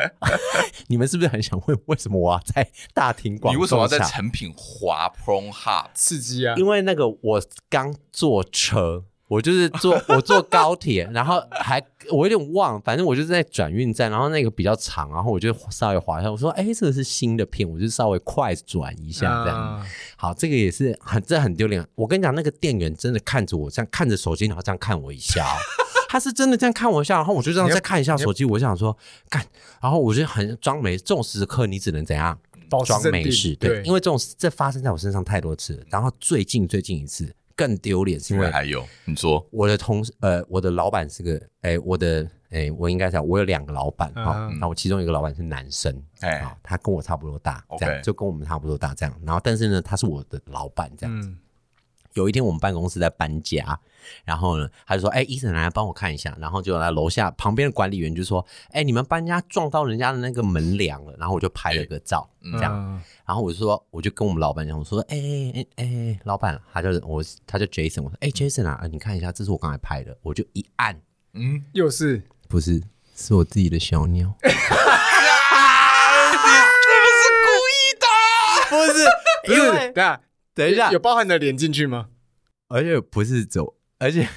C: 你们是不是很想问为什么我要在大庭广
B: 你
C: 众
B: 为什么要在
C: 下
B: 成品滑 p r o n h u b
A: 刺激啊，
C: 因为那个我刚坐车，我就是坐 我坐高铁，然后还我有点忘，反正我就是在转运站，然后那个比较长，然后我就稍微滑一下，我说哎、这个是新的片，我就稍微快转一下这样。
A: 啊
C: 好，这个也是很这很丢脸。我跟你讲，那个店员真的看着我这样看着手机，然后这样看我一下、哦。他是真的这样看我一下，然后我就这样
A: 你要
C: 再看一下手机，我就想说干，然后我就很装没，这种时刻你只能怎样？
A: 保持
C: 装
A: 镇哦
C: 没
A: 定
C: 事，
A: 对，
C: 因为这种事这发生在我身上太多次了。然后最近最近一次更丢脸，是因
B: 因为
C: 为
B: 还有你说
C: 我的同事，呃，我的老板是个，哎，我的，哎，我应该讲，我有两个老板哈
A: 嗯，
C: 那、我其中一个老板是男生，
B: 哎
C: 啊、他跟我差不多大，这
B: OK
C: 样就跟我们差不多大这样。然后但是呢，他是我的老板这样。
A: 嗯，
C: 有一天我们办公室在搬家，然后呢，他就说：“哎、医生来帮我看一下。”然后就来楼下旁边的管理员就说：“哎、你们搬家撞到人家的那个门梁了。”然后我就拍了个照，
B: 嗯
C: 这样。然后我就说，我就跟我们老板讲，我说，哎哎哎哎，老板，他就我他就 Jason，我说，哎、Jason 啊，你看一下，这是我刚才拍的，我就一按，
B: 嗯，
A: 又是
C: 不是，是我自己的小 鸟，
A: 不是不
C: 因
A: 是？
C: 为
A: 等一下
C: 等一下
A: 有，包含你的脸进去吗？
C: 而且不是走，而且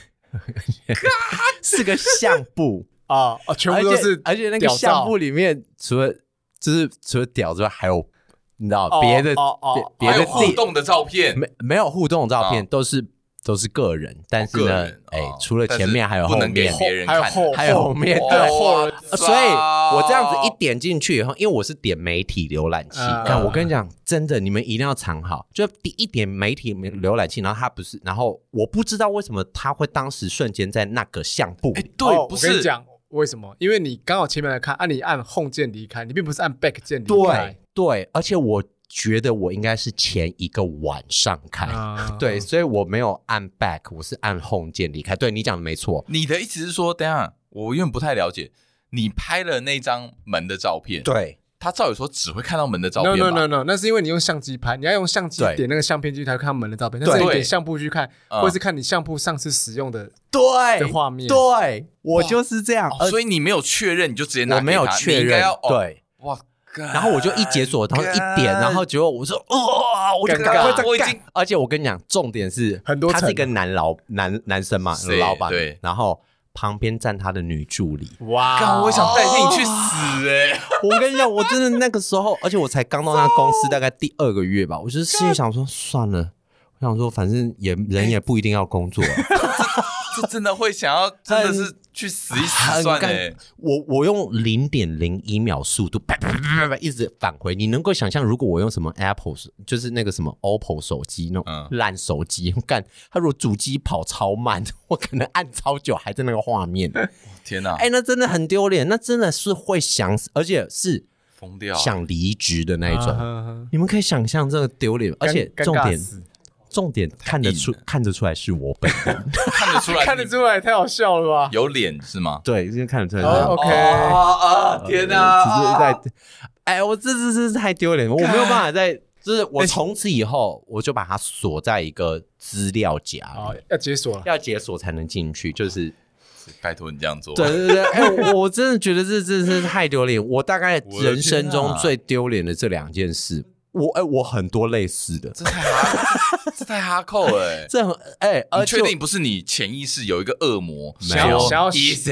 C: 是个相簿，
A: 啊啊，全部
C: 而
A: 都
C: 且
A: 是
C: 而且那个
A: 屌照
C: 相簿里面除了就是除了屌之外，还有你知道、
A: 哦
C: 别的、
A: 哦哦
C: 别
B: 还
C: 别
B: 有
C: 的
B: 互
C: 地
B: 动的照片，
C: 没没有互动照片，
B: 哦
C: 都是都是个人，但是
B: 个
C: 呢
B: 人，，
C: 哎、
B: 哦
C: 除了
B: 但是
C: 前面还有后
B: 不能给
C: 面。
B: 别人
A: 还有
B: 看
A: 后
B: 的，
C: 还有后面
B: 哇
C: 对，
B: 哦哇
C: 所以我这样
B: 哦
C: 子一点进去以后，因为我是点媒体浏览器，
A: 嗯
C: 但我跟你讲，真的，你们一定要藏好。就第一点媒体浏览器，然后它不是，然后我不知道为什么它会当时瞬间在那个相簿
B: 哎，对，
A: 哦
B: 不
A: 我跟你
B: 是
A: 讲为什么？因为你刚好前面来看，按、啊你按 home 键离开，你并不是按 back 键离
C: 对
A: 开。
C: 对，而且我觉得我应该是前一个晚上开，
A: 啊
C: 对，所以我没有按 back，我是按 home 键离开。对你讲的没错，
B: 你的意思是说，等一下我有点不太了解，你拍了那张门的照片，
C: 对，
B: 他照理说只会看到门的照
A: ，no
B: 片
A: no
B: 吧？
A: no no，那是因为你用相机拍，你要用相机
C: 对
A: 点那个相片机才会看到门的照片，但是你
B: 对
A: 点相簿去看，
B: 嗯
A: 或是看你相簿上次使用的
C: 对
A: 的画面
C: 哎对我就是这样，
B: 哦所以你没有确认，你就直接拿
C: 呃我
B: 给他
C: 没有确
B: 你应该
C: 认
B: 要，哦
C: 对。
B: 哇，干
C: 然后我就一解锁，然后一点，
B: 干
C: 然后结果我说哇，我就
A: 尴尬
C: 赶快再
B: 我已
C: 干
B: 经
C: 而且我跟你讲，重点是
A: 很多
C: 他是
A: 层。
C: 一个男老男男生嘛，
B: 是
C: 老板
B: 对
C: 然后旁边站他的女助理
A: 哇
B: 干，我
C: 啊
B: 想带你去死哎！
C: 我跟你讲，我真的那个时 候，而且我才刚到那公司大概第二个月吧，我就是心里想说算了，我想说反正也人也不一定要工作啊，
B: 这真的会想要，真的是去死一死
C: 很
B: 算
C: 尴
B: 哎！
C: 我我用零点零一秒速度，啪啪啪啪啪一直返回。你能够想象，如果我用什么 Apple，手就是那个什么 OPPO 手机那
B: 嗯
C: 种烂手机，干它如果主机跑超慢， 我可能按超久还在那个画 面。
B: 天哪，
C: 哎、那真的很丢脸，那真的是会想死，而且是
B: 疯掉！啊
C: 想离职的那一
A: 啊
C: 种。
A: 种，
C: 你们可以想象这个丢脸，而且
A: 嗯尴
C: 重
A: 尬
C: 点
A: 死
C: 重点看得出
B: 硬
C: 看得出来是我本人，
B: 看得出 来，
A: 看得出来，太好笑了吧？
B: 有脸是吗？
C: 对，因为看得出来是我本人。
A: 哦，OK，
B: 啊啊！天哪，
C: 呃只是在，哎，我这这这太丢脸了，我没有办法再，就是
B: 哎
C: 我从此以后我就把它锁在一个资料夹
B: 哦
A: 好
C: 里，，
A: 要解锁了。
C: 要解锁才能进去，就是
B: 拜托你这样做，
C: 对对对，哎，我我真的觉得这这这太丢脸，我大概
B: 我的
C: 人生
B: 天
C: 中
B: 啊
C: 最丢脸的这两件事，我哎我很多类似的，
B: 这太哈，这这太哈扣了哎！
C: 这很哎，
B: 你
C: 而且
B: 确定不是你潜意识有一个恶魔
C: 没有
B: 说
A: 想要
B: 医生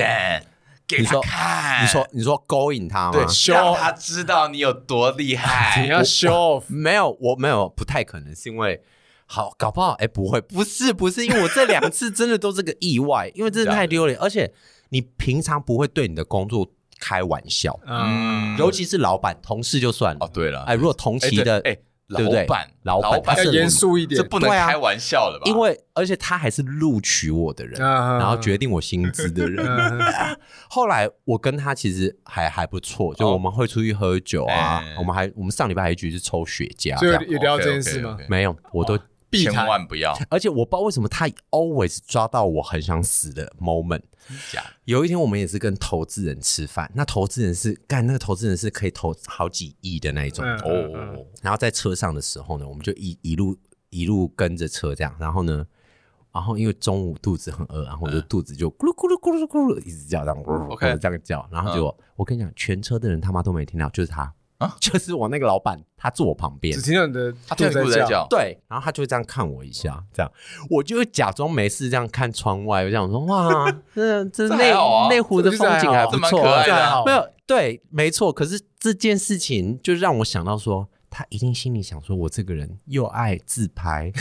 B: 给
C: 你
B: 他
C: 说
B: 看，
C: 你说你说勾引他吗
B: 对？，
A: 修
B: 让他知道你有多厉
A: 啊你
B: 害。
A: 要 show off，
C: 没有，我没有，不太可能，是因为好，搞不好哎、不会，不是不是，因为我这两次真的都是个意外， 因为真的太丢脸，而且你平常不会对你的工作开玩笑，
A: 嗯，
C: 尤其是老板、同事就算了
B: 哦，，对了，
C: 哎，如果同
B: 哎
C: 期的，
B: 对哎，
C: 对不对
B: 老板，
C: 老板
B: 板
C: 他
A: 要
C: 是
A: 严肃一点
B: 这，不能
C: 对啊
B: 开玩笑了吧？
C: 因为而且他还是录取我
A: 啊
C: 的人，
B: 啊
C: 然
A: 然
C: 后决定我薪资 的人，
B: 嗯
A: 啊
C: 后来我跟他其实还还不错，就
B: 哦
C: 我们会出去喝酒啊
B: 哎，
C: 我们还我们上礼拜还一局是抽雪茄，
A: 所以
C: 啊这样
A: 有聊这件事吗？
B: OK，OK，OK，
C: 没有，我都
A: 避
B: 千
A: 谈
B: 万不要，
C: 而且我不知道为什么他 always 抓到我很想死的 moment。
B: 假
C: 有一天我们也是跟投资人吃饭，那投资人是干那个投资人是可以投好几亿的那一种。
A: 嗯
B: 的哦，
C: 然后在车上的时候呢，我们就一一路一路跟着车这样，然后呢。然后因为中午肚子很饿，然后我就肚子就咕噜咕噜咕噜咕噜一直叫，这样咕噜咕噜咕噜
B: 嗯 OK 嗯
C: 这样叫，然后结果、我跟你讲，全车的人他妈都没听到，就是他，
B: 啊
C: 就是我那个老板，他坐我旁边
A: 只，听到你的
B: 他听你
A: 肚
B: 肚
A: 子
B: 子
A: 在
B: 在
A: 叫，
B: 叫，
C: 对，然后他就会这样看我一
B: 嗯
C: 下，这样我就会假装没事，这样看窗外，我就想 说哇，这这
B: 这
C: 内
B: 还好啊
C: 内湖的
A: 这就
C: 风
A: 是还
C: 景
A: 好
C: 还不
B: 这蛮
C: 错
B: 可
C: 啊，
B: 爱的
A: 好
B: 啊，
C: 没有对，没错。可是这件事情就让我想到说，他一定心里想说，我这个人又爱自 拍，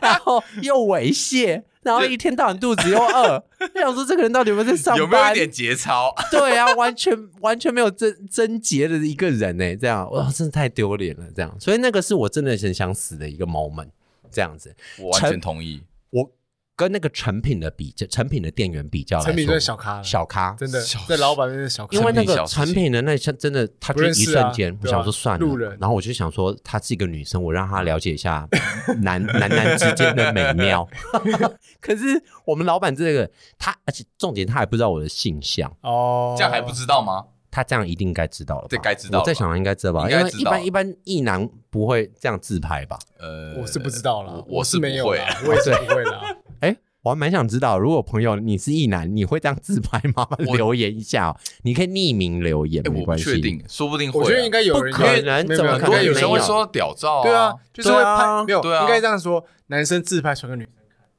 C: 然后又猥亵，然后一天到晚肚子又 饿，就想说这个人到底有没有在上班？
B: 有没有一点节操？
C: 对啊，完全完全没有贞贞洁的一个人呢、欸这样哇，真的太丢脸了，这样，所以那个是我真的很想死的一个 moment，这样子，
B: 我完全同意，
C: 我跟那个成品的比，成品的店员比较来
A: 陈敏
C: 说，
A: 算小咖了，
C: 小咖，
A: 真的
B: 小，
A: 在老板那边的小咖，
C: 因为
B: 成
C: 那
B: 品
C: 个
B: 小事情
C: 成品的那一下真的，他
A: 不
C: 就
A: 认
C: 一
A: 识啊
C: 瞬间，我
A: 对啊
C: 想说算了，
A: 路人
C: 然后我就想说她是一个女生，我让她了解 一下男男男之间的美妙。可是我们老板这个，他而且重点他还不知道我的性向。
A: 哦，
B: 这样还不知道吗？
C: 他这样一定该知道了吧，
B: 对该知道了吧
C: 我在想应该知道吧，
B: 应该
C: 因为
B: 知
C: 一
B: 道
C: 般一般异男不会这样自拍吧？
B: 呃，
A: 我是不知道啦
B: 我，
A: 我
B: 我
A: 是
B: 是
A: 没有
B: 不会啊
A: 啦，我也是不会啦。
C: 哎、我还蛮想知道，如果朋友你是异男，你会这样自拍吗？麻 烦
B: 我
C: 留言一下、哦，你可以匿名留言，
B: 哎，
C: 没
B: 我不
C: 关系。
B: 确定， 说不定会啊，
A: 我觉得应该有人
C: 不可能
A: 没有
C: 怎
A: 没有，
C: 么
B: 很
A: 应
C: 可
B: 多
A: 该
C: 能
A: 有
B: 女
A: 人
B: 生会
A: 有
B: 说屌照，
A: 对啊，就是会
C: 对啊
A: 拍没有，
B: 哦对啊
A: 应该这样说，男生自拍传给女生，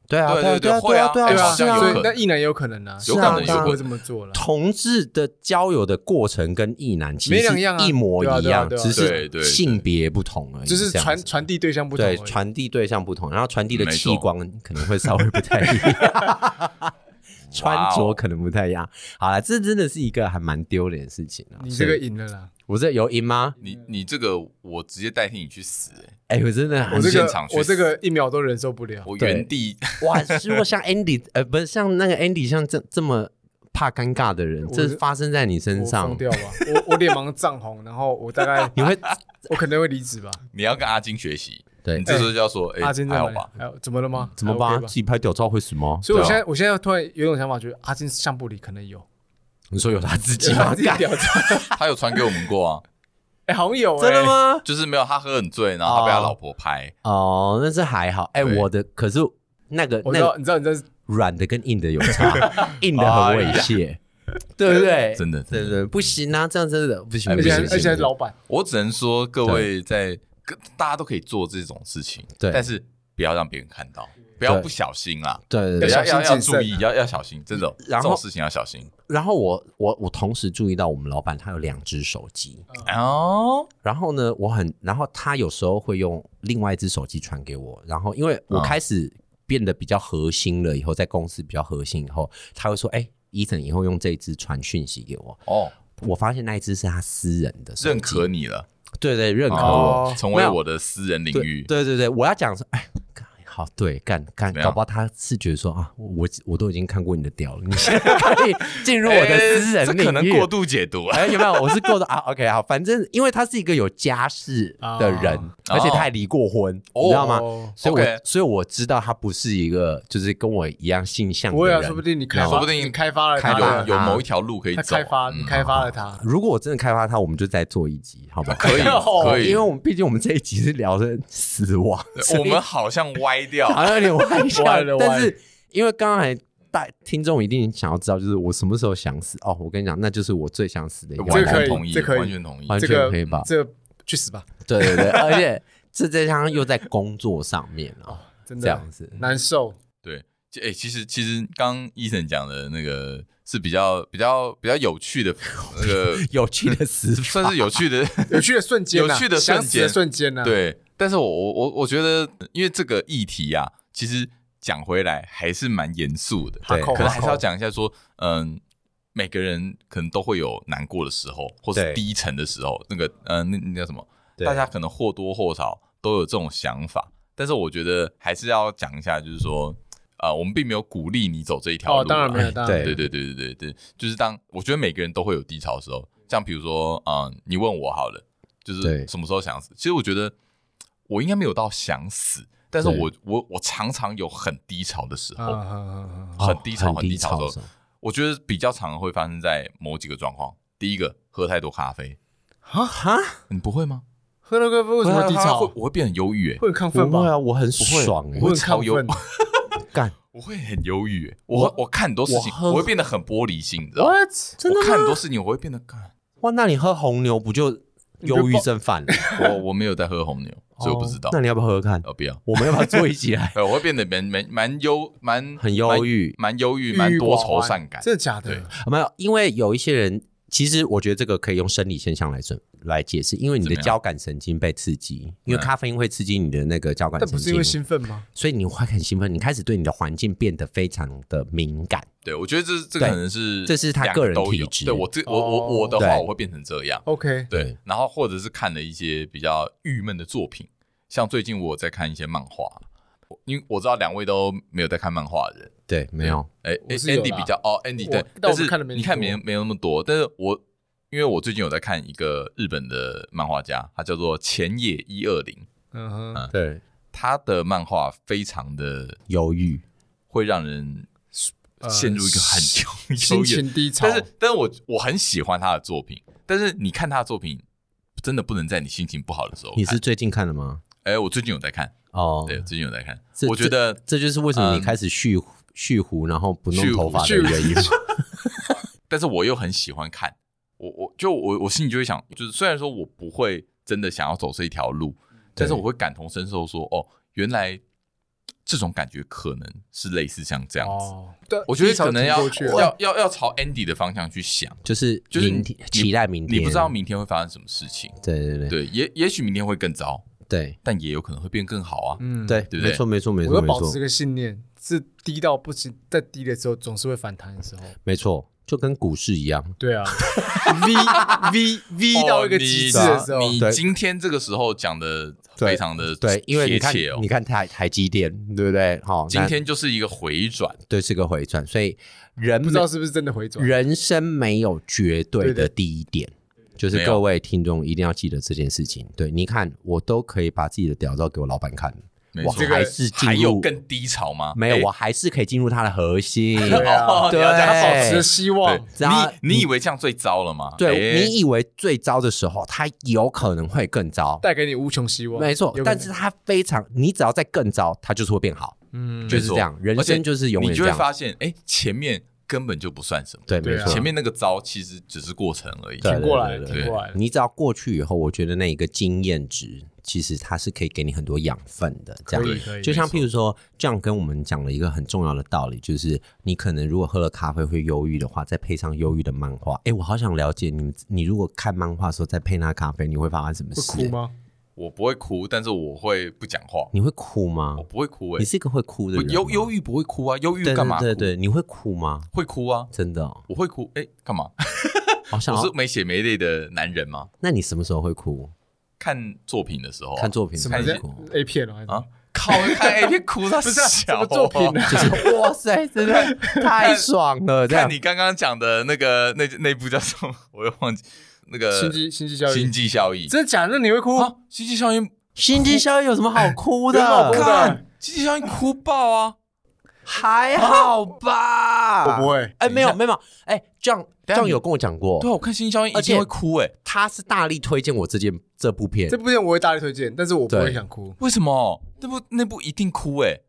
C: 对啊，
B: 对
C: 对
B: 对对
C: 对啊，
B: 会
C: 对
B: 啊
C: 啊，
B: 哎
A: 对
C: 对
A: 啊，
C: 啊，
B: 好像
A: 所
C: 是
B: 有可
A: 以
C: 啊
B: 能
A: 那一男也有可能啊，
B: 有
C: 可能
A: 大家
C: 有可
A: 会
B: 能
A: 这么做啦。
C: 同志的交友的过程跟异男其
A: 没
C: 实
A: 两
C: 是
A: 样啊
C: 一模一
A: 对啊
C: 样，
A: 对啊对啊
C: 只
B: 对对
C: 是
B: 对
C: 性别不同而已，
A: 就是
C: 这样
A: 传
C: 子
A: 传递对象不同而
C: 对
A: 已，
C: 传递对象不同，然后传递的
B: 嗯没错
C: 器官可能会稍微不太一样， 穿着可能不太一
B: 哦
C: 样。好了，这真的是一个还蛮丢脸的事情啊！
A: 你这
C: 所
A: 个
C: 以
A: 赢了啦，
C: 我这有赢吗？
B: 你你这个我直接代替你去死，哎
C: 哎、我真的很
A: 我这
B: 现
A: 个
B: 场去
A: 我这个一秒都忍受不了。
B: 我
C: 对
B: 原地
C: 哇！如果像 Andy，呃，不是像那个 Andy，像这这么怕尴尬的人，
A: 我
C: 这发生在你身
A: 我
C: 上
A: 疯，掉吧！我我脸盲涨红，然后我大概
C: 你会
A: 我可能会离职吧。
B: 你要跟阿金学习，
C: 对
B: 你这时候就要说， 哎，
A: 阿金在
B: 还
A: 哪
B: 好
A: 里
B: 吧？？
A: 还有怎么了吗？
C: 怎 么
A: 还
C: 办？
A: OK 吧
C: 自？己拍屌照会什么？
A: 所以我现
C: 对啊
A: 在我现在突然有一种想法，觉得阿金相簿里可能有，
C: 你说有他自己
A: 阿
C: 吗？
A: 金屌照，
B: 他有传给我们过啊，
A: 哎，好像有哎
C: 真的？吗？
B: 就是没有他喝很醉，然后他被他老婆拍，
C: 哦，那是还好。哎、
B: 对
C: 我的可是那个
A: 我
C: 那
A: 知道，
C: 个
A: 你知道你这是
C: 软的跟硬的有差，硬的很猥亵，对不对？
B: 真的
C: 对对，不行啊，这样真的不行，
B: 哎
A: 而
C: 不
A: 且
C: 行，
A: 还
C: 不行
A: 而且还是老板，
B: 我只能说，各位在各大家都可以做这种事情，
C: 对
B: 但是不要让别人看到，不要
C: 对
B: 不小心啦，
C: 对
B: 对
C: 对对。
A: 小
B: 要
A: 心
B: 要要
A: 谨慎
B: 注意，要要小心这种
C: 啊然
B: 这
C: 后
B: 种事情要小心
C: 然后我我我同时注意到我们老板他有两只手机，
B: 哦。
C: 然后呢，我很，然后他有时候会用另外一只手机传给我，然后因为我
B: 嗯
C: 开始变得比较核心了，以后在公司比较核心以后，他会说：“哎、伊森以后用这一只传讯息给我。”
B: 哦，
C: 我发现那一只是他私人的手机，
B: 认可你了，
C: 对对，认可我。
A: 哦
B: 成为我的私人领
C: 对
B: 域。
C: 对对对，我要讲说，哎，干好，对，干干，
B: 怎么样
C: 搞不好他是觉得说啊，我我我都已经看过你的屌 了，你 现在可以进入我的私
B: 哎
C: 人
B: 这
C: 领域。
B: 可能过度解读啊。
C: 哎，有没有？ 我是过的啊，OK，好，反正因为他是一个有家室的人，
A: 哦
C: 而且他还离过婚，
B: 哦
C: 你知道吗？
A: 哦
C: 所以我
B: OK
C: 所以我知道他不是一个就是跟我一样性向
A: 不
C: 的
A: 会啊，
C: 人。
A: 说不定你开发，
B: 说不定
A: 你开发了他，
C: 开发
B: 有
A: 他
B: 有某一条路可以
A: 他
B: 走，
A: 开发，你
B: 嗯
A: 开发了他，
C: 如果我真的开发他，我们就再做一集，好不好？
B: 可以
A: 哦
B: 可以，
C: 因为我们毕竟我们这一集是聊的死亡，所以
B: 我们好像歪 掉，
C: 好像有点歪笑
A: 歪了歪了
C: 但是因为刚刚还大听众一定想要知道，就是我什么时候想死哦？我跟你讲，那就是我最想死的一个
A: 这
B: 完
A: 个可
B: 全
A: 以
B: 同意
A: 这，可以
B: 完全同意。
C: 完
A: 这
C: 全
A: 个
C: 可以吧？
A: 这去死吧，
C: 对对 对，而且这这项又在工作上面啊，
A: 真
C: 这
A: 的
C: 样子。
A: 难受。
B: 对，其诶、其实其实刚医生讲的那个是比较比较比较有趣的那个，
C: 有趣的死法，
B: 算是有趣的，
A: 有趣的瞬间 啊，
B: 有趣的瞬间
A: 想死的瞬间呢？，啊
B: 对。但是我我我我觉得，因为这个议题啊，其实讲回来还是蛮严肃的，
A: 哈
D: 对
A: 扣
B: 可能
A: 哈
B: 还是
A: 扣
B: 要讲一下说，嗯，每个人可能都会有难过的时候，或是
D: 对
B: 低沉的时候，那个呃，那那叫什么？
D: 对
B: 大家可能或多或少都有这种想法，但是我觉得还是要讲一下，就是说，呃，我们并没有鼓励你走这一条路
A: 哦
B: 啊，，
A: 当然没有，
D: 哎
A: 当然没有
B: 对对对对对对，就是当我觉得每个人都会有低潮的时候，像比如说，嗯，你问我好了，就是
D: 对
B: 什么时候想死？其实我觉得我应该没有到想死，但是
D: 对
B: 我我我常常有很低潮的时
A: 啊
B: 候，
A: 啊啊啊
B: 很低潮
C: 哦很
B: 很低
C: 低
B: 潮
C: 潮
B: 的时候，我觉得比较常会发生在某几个状况。第一个，喝太多咖啡，
A: 啊哈！
B: 你不会吗？
A: 喝了咖啡为什么
B: 喝太多
A: 低
B: 咖啡
A: 潮
B: 会？我会变很忧郁，欸
A: 会很亢奋
C: 不啊会
A: 吧？
C: 啊，我很爽哎
A: 我，
B: 会
A: 很
B: 超
A: 亢
B: 忧
A: 奋，
C: 干
B: 我会很忧郁，欸我我看很多事情，
C: 我喝
B: 我会变得很玻璃心，你知道吗？
A: What？
B: 我看很多事情，我会变得干。
C: 哇，那你喝红牛不就忧郁症 犯了？
B: 我我没有在喝红牛，所以我不知道。
C: 哦那你要不要喝喝看？
B: 呃，不要，？
C: 我们要不要坐一起来
B: 呃，我会变得蛮蛮蛮忧，蛮
C: 很忧郁
B: 蛮蛮忧郁，蛮多愁善感。
A: 真的假的
B: 对？
C: 没有，因为有一些人，其实我觉得这个可以用生理现象来准来解释，因为你
B: 怎
C: 的
B: 么样啊
C: 交感神经被刺激，因为咖啡因会刺激你的那个交感
A: 但不
C: 神
A: 是因为
C: 经，
A: 兴奋吗？
C: 所以你会很兴奋，你开始对你的环境变得非常的敏感。
B: 对，我觉得这这
C: 对
B: 可能是
C: 这是他
B: 两个
C: 个人
B: 都有
C: 体质
B: 对我这我我我的
C: 哦
B: 话，
C: 对
B: 我会变成这样。
A: OK，
B: 对
C: 对，
B: 然后或者是看了一些比较郁闷的作品，像最近我有在看一些漫画，我因为我知道两位都没有在看漫画的人，
C: 对，没有，
B: 哎哎
A: 我是有啦
B: ，Andy 比较哦，Andy
A: 我
B: 对，
A: 但
B: 但
A: 我
B: 是
A: 看得没那么
B: 你看没
A: 多
B: 没有那么多，但是我因为我最近有在看一个日本的漫画家，他叫做前野一二零，
A: 嗯哼，
C: 对，
B: 他的漫画非常的
C: 忧郁，
B: 会让人
A: 呃
B: 陷入一个很忧
A: 心
B: 忧郁，
A: 情低潮
B: 但。是但是我我很喜欢他的作品，但是你看他的作品。真的不能在你心情不好的时候看。
C: 你是最近看的吗？
B: 哎、我最近有在看，
C: 哦，
B: 对，最近有在看
C: 这，
B: 我觉得
C: 这就是为什么
B: 嗯
C: 你开始蓄蓄胡，然后不
B: 蓄
C: 弄
B: 胡
C: 头发的
A: 蓄胡
C: 原因。
B: 但是我又很喜欢看，我我就我我心里就会想，就是虽然说我不会真的想要走这一条路，但是我会感同身受说，哦，原来这种感觉可能是类似像这样子。
A: 哦，对，
B: 我觉得
A: 低潮
B: 可能要
A: 挺过去了
B: 要要要朝 Andy 的方向去想，
C: 就是
B: 就是
C: 明
B: 你
C: 天期待明天，
B: 你不知道明天会发生什么事情。
C: 对对对
B: 对，也也许明天会更糟，
C: 对
B: 但也有可能会变更好啊。
A: 嗯，
C: 对
B: 对不对
C: 没错没错没
A: 我
C: 错
A: 要
C: 没
A: 保持这
C: 错
A: 个信念，是低到不行，在低的时候总是会反弹的时候。
C: 没错，就跟股市一样，
A: 对啊 ，V V
C: 哦
A: V 到一个极致的时候，
B: 你
C: 对
B: 今天这个时候讲的
C: 对
B: 非常的
C: 对，因为你
B: 贴
C: 看
B: 切哦
C: 你。看台台积电，对不对？好，
B: 今
C: 那
B: 天就是一个回转，
C: 对是个回转，所以人
A: 不知道是不是真的回转。
C: 人生没有绝对
A: 对
C: 的
A: 的
C: 第一点。就是
B: 没有
C: 各位听众一定要记得这件事情。对，你看，我都可以把自己的屌照给我老板看，
B: 没
C: 我
B: 错
C: 还是进入
B: 还有更低潮吗？
C: 没有，
B: 哎
C: 我还是可以进入他的核心。
A: 对
C: 哦
A: 啊，
B: 你要这样
A: 保
C: 对
A: 持着希望。
C: 只要
B: 你你以为这样最糟了吗？
C: 对
B: 哎
C: 你以为最糟的时候，他有可能会更糟。
A: 带给你无穷希望，
C: 没错
A: 有，可能
C: 但是他非常，你只要再更糟，他就是会变好，
A: 嗯，
C: 就是这样，人
B: 而且
C: 生就是永
B: 你
C: 远
B: 就
C: 这
B: 会
C: 样。
B: 发现，哎，前面根本就不算什么，
C: 对，
A: 对
C: 没
A: 啊
C: 错，
B: 前面那个糟其实只是过程而已。
C: 对
A: 挺过来
C: 对
A: 了，
C: 对
A: 挺过来了。
C: 你只要过去以后，我觉得那一个经验值，其实它是可以给你很多养分的。这
A: 可以
C: 样，
A: 可以
C: 就像譬如说，这样跟我们讲了一个很重要的道理，就是你可能如果喝了咖啡会忧郁的话，再配上忧郁的漫画，哎，我好想了解你们，你如果看漫画的时候再配那咖啡，你会发生什么
A: 会哭
C: 事？
A: 吗？
B: 我不会哭，但是我会不讲话
C: 诶？，你会哭吗
B: 我？不会哭哎
C: 你，是一个会哭的
B: 我
C: 人吗，
B: 忧忧郁不会哭啊，忧郁
C: 对
B: 干嘛哭？
C: 对对对，你会哭吗？
B: 会哭啊，
C: 真的、哦，
B: 我会哭，哎，干嘛？
C: 好想
B: 我
C: 要
B: 是没血没泪的男人吗？
C: 那你什么时候会哭？
B: 看作品的时候啊，
C: 看作品
A: 什
C: 怎
A: 么
C: 么
B: 是
A: 人
C: 哭？
A: A 片哦？还是
B: 啊，靠，看 A 片哭 他
A: 不是啊什
B: 小
A: 么作品呢？
C: 就是哇塞，真的太爽了！这样
B: 看你刚刚讲的那个那那部叫什么，我又忘记那个
A: 心机心机教
B: 心
A: 育，
B: 机效应。
A: 真的假的？那你会哭？
B: 啊，心机效应，啊
C: 心机效应有什么好哭
A: 有什么好哭
C: 的？
A: 的
B: 看心机效应哭爆 啊！
C: 还好吧？
A: 我不。会，
C: 哎，没有没有，没有哎，这样这样有跟我讲过
B: 对，啊，我看心机效应一
C: 而且
B: 定会哭哎，
C: 他是大力推荐我这件这部片
A: 这，部片我会大力推荐，但是我不会
C: 对
A: 想哭。
B: 为什么？那部那部一定哭哎，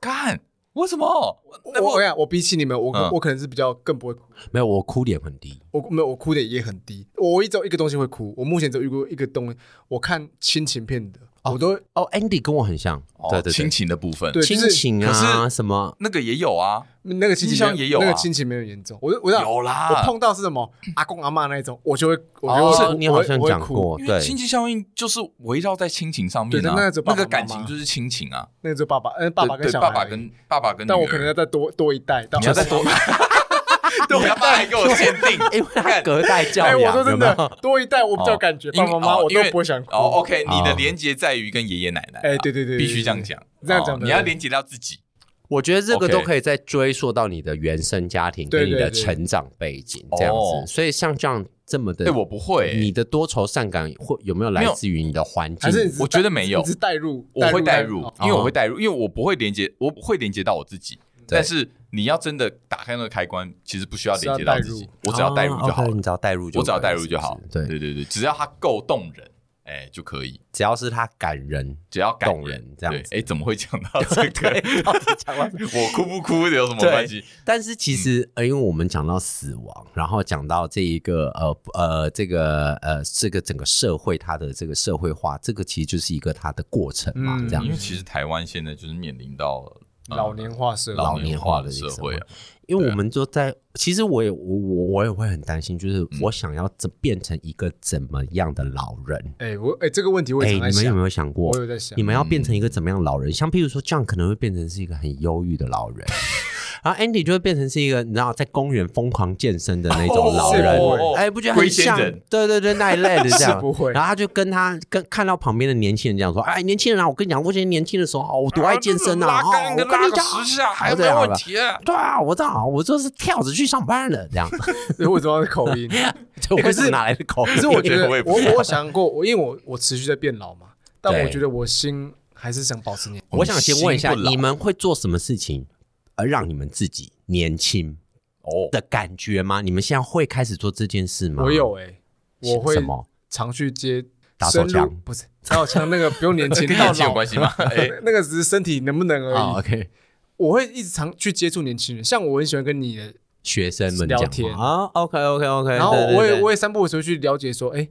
B: 看为什么？那
A: 我
B: 部
A: 我想，我比起你们，我可
B: 嗯
A: 我可能是比较更不会哭，
C: 没有我哭点很低。
A: 我没有我哭点也很低。我唯一只有一个东西会哭，我目前只有遇过一个东西，我看亲情片的，我都
C: 哦，Andy 跟我很像，对对
B: 哦亲
C: 对，
B: 情的部分，
A: 对
C: 亲
A: 就是
C: 情
B: 可
C: 啊什 么，
B: 那个也有啊，
A: 那个亲戚
B: 冰箱
A: 没
B: 也有啊
A: 那个亲戚没有严重。我就我想
B: 有啊啦，
A: 我碰到是什么阿公阿妈那一种，我就会，我
C: 哦
A: 就会哭，
C: 你好像
A: 我会
C: 讲
A: 哭
C: 过，
B: 因为
C: 对，
B: 亲戚效应就是围绕在亲情上面
A: 对
B: 啊，
A: 那个只有爸爸
B: 个感
A: 妈妈
B: 情就是亲情啊，
A: 那个就爸爸，嗯，爸爸
B: 对
A: 跟
B: 对
A: 小孩
B: 爸
A: 而已，
B: 爸跟爸爸跟女儿，
A: 但我可能要再多多一代，但
B: 你要再多，对，我要爸还给我限定，
C: 因为他隔代教
A: 哎，
C: 养，
A: 我说真
C: 有没有
A: 的，多一代我比较有感觉，
B: 因
A: 爸
B: 为
A: 爸妈妈
B: 哦
A: 我
B: 因
A: 都
B: 为
A: 不会想哭。
B: 哦，OK，你的
C: 哦
B: 连接在于跟爷爷奶奶啊，
A: 哎，对对对，对
B: 必须这样，讲，
A: 这样讲
B: 哦
A: 没
B: 你要
A: 问题
B: 连接到自己，
C: 我觉得这个
B: OK
C: 都可以再追溯到你的原生家庭
A: 对
C: 跟
A: 对
C: 你的
A: 对
C: 成长背景这样
B: 哦
C: 子，所以像这样这么的，
B: 对，我不会，
C: 你的多愁善感会有没有
B: 没
C: 来
B: 有
C: 自于你的环境
A: 还？是你只是
B: 我觉得没有
A: 你只是代入，
B: 我会代入，
A: 哦
B: 因为我会代入，因为我不会连接，我会连接到我自己。但是你要真的打开那个开关，其实不需要连接到自
A: 是要
B: 己，我只要代入就好
C: 哦，OK，
B: 了，
C: 你只要代入就
B: 我只要
C: 可以
B: 代入就好
C: 是。不是
B: 对
C: 对，
B: 对对，只要它够动人，哎就可以，
C: 只要是他感人，
B: 只要感
C: 动
B: 人
C: 人这样
B: 对
C: 子
B: 哎，怎么会讲到这 个？
C: 到底 讲到什么
B: 我哭不哭有什么关系？
C: 但是其实，
A: 嗯
C: 呃，因为我们讲到死亡，然后讲到这一个呃呃这个呃这个整个社会它的这个社会化，这个其实就是一个它的过程嘛，
A: 嗯
C: 这样
B: 因为其实台湾现在就是面临到呃
A: 老年化社会
B: 老
C: 年
B: 化
C: 化的
B: 社
C: 一个
B: 会啊，
C: 因为我们就在，其实我也我我我也会很担心，就是
A: 嗯
C: 我想要怎变成一个怎么样的老人？
A: 哎，我哎这个问题我
C: 哎、
A: 也
C: 你
A: 常在
C: 们有
A: 想
C: 没，有想过
A: 我？有在想
C: 你，们要变成一个怎么样的老人？像譬如说，这样可能会变成是一个很忧郁的老 人，然后 Andy 就会变成是一个你知道在公园疯狂健身的那种老人，哎、
A: 哦
C: 不觉得
B: 龟
C: 很
B: 仙
C: 像
B: 人？
C: 对对对，那一类的这 样
A: 是不会
C: 然后他就跟他跟看到旁边的年轻人这样说：“哎，年轻人啊，我跟你讲，我以前年轻的时候哦，我多爱健 身啊，
B: 拉
C: 哦，
B: 杆
C: 我
B: 跟
C: 跟
B: 拉
C: 你
B: 个
C: 讲，
B: 十下还没
C: 哦对啊
B: 问题啊。
C: 对啊，我知道，我就是跳着去上班的这样。
A: 我怎么口 音？
C: 就
A: 欸可是
C: 为什么哪来的口音？
A: 可是我觉得
B: 我也
A: 我
B: 不知道
A: 我有想过，我因为我我持续在变老嘛，但
C: 对
A: 我觉得我心还是想保持年轻。
C: 我想先问一下，
B: 心不老
C: 你们会做什么事情，而让你们自己年轻
B: 哦
C: 的感觉吗？你们现在会开始做这件事吗？
A: 我有哎，我会
C: 什么？
A: 常去接
C: 打
A: 深
C: 手
A: 入
C: 枪
A: 不是打手枪那个不用年 轻
B: 跟
A: 到
B: 年纪有
A: 老
B: 关，系 吗？哎，哦
A: 那个只是身体能不能
C: 啊
A: 而已。
C: ，OK，
A: 我会一直常去接触年轻人，像我很喜欢跟你的，
C: 学生们
A: 聊
C: 讲
A: 天
C: 话啊，OK，OK，OK，
A: 然后
C: 对对
A: 我也
C: 对
A: 我也散步的时候去了解说，哎，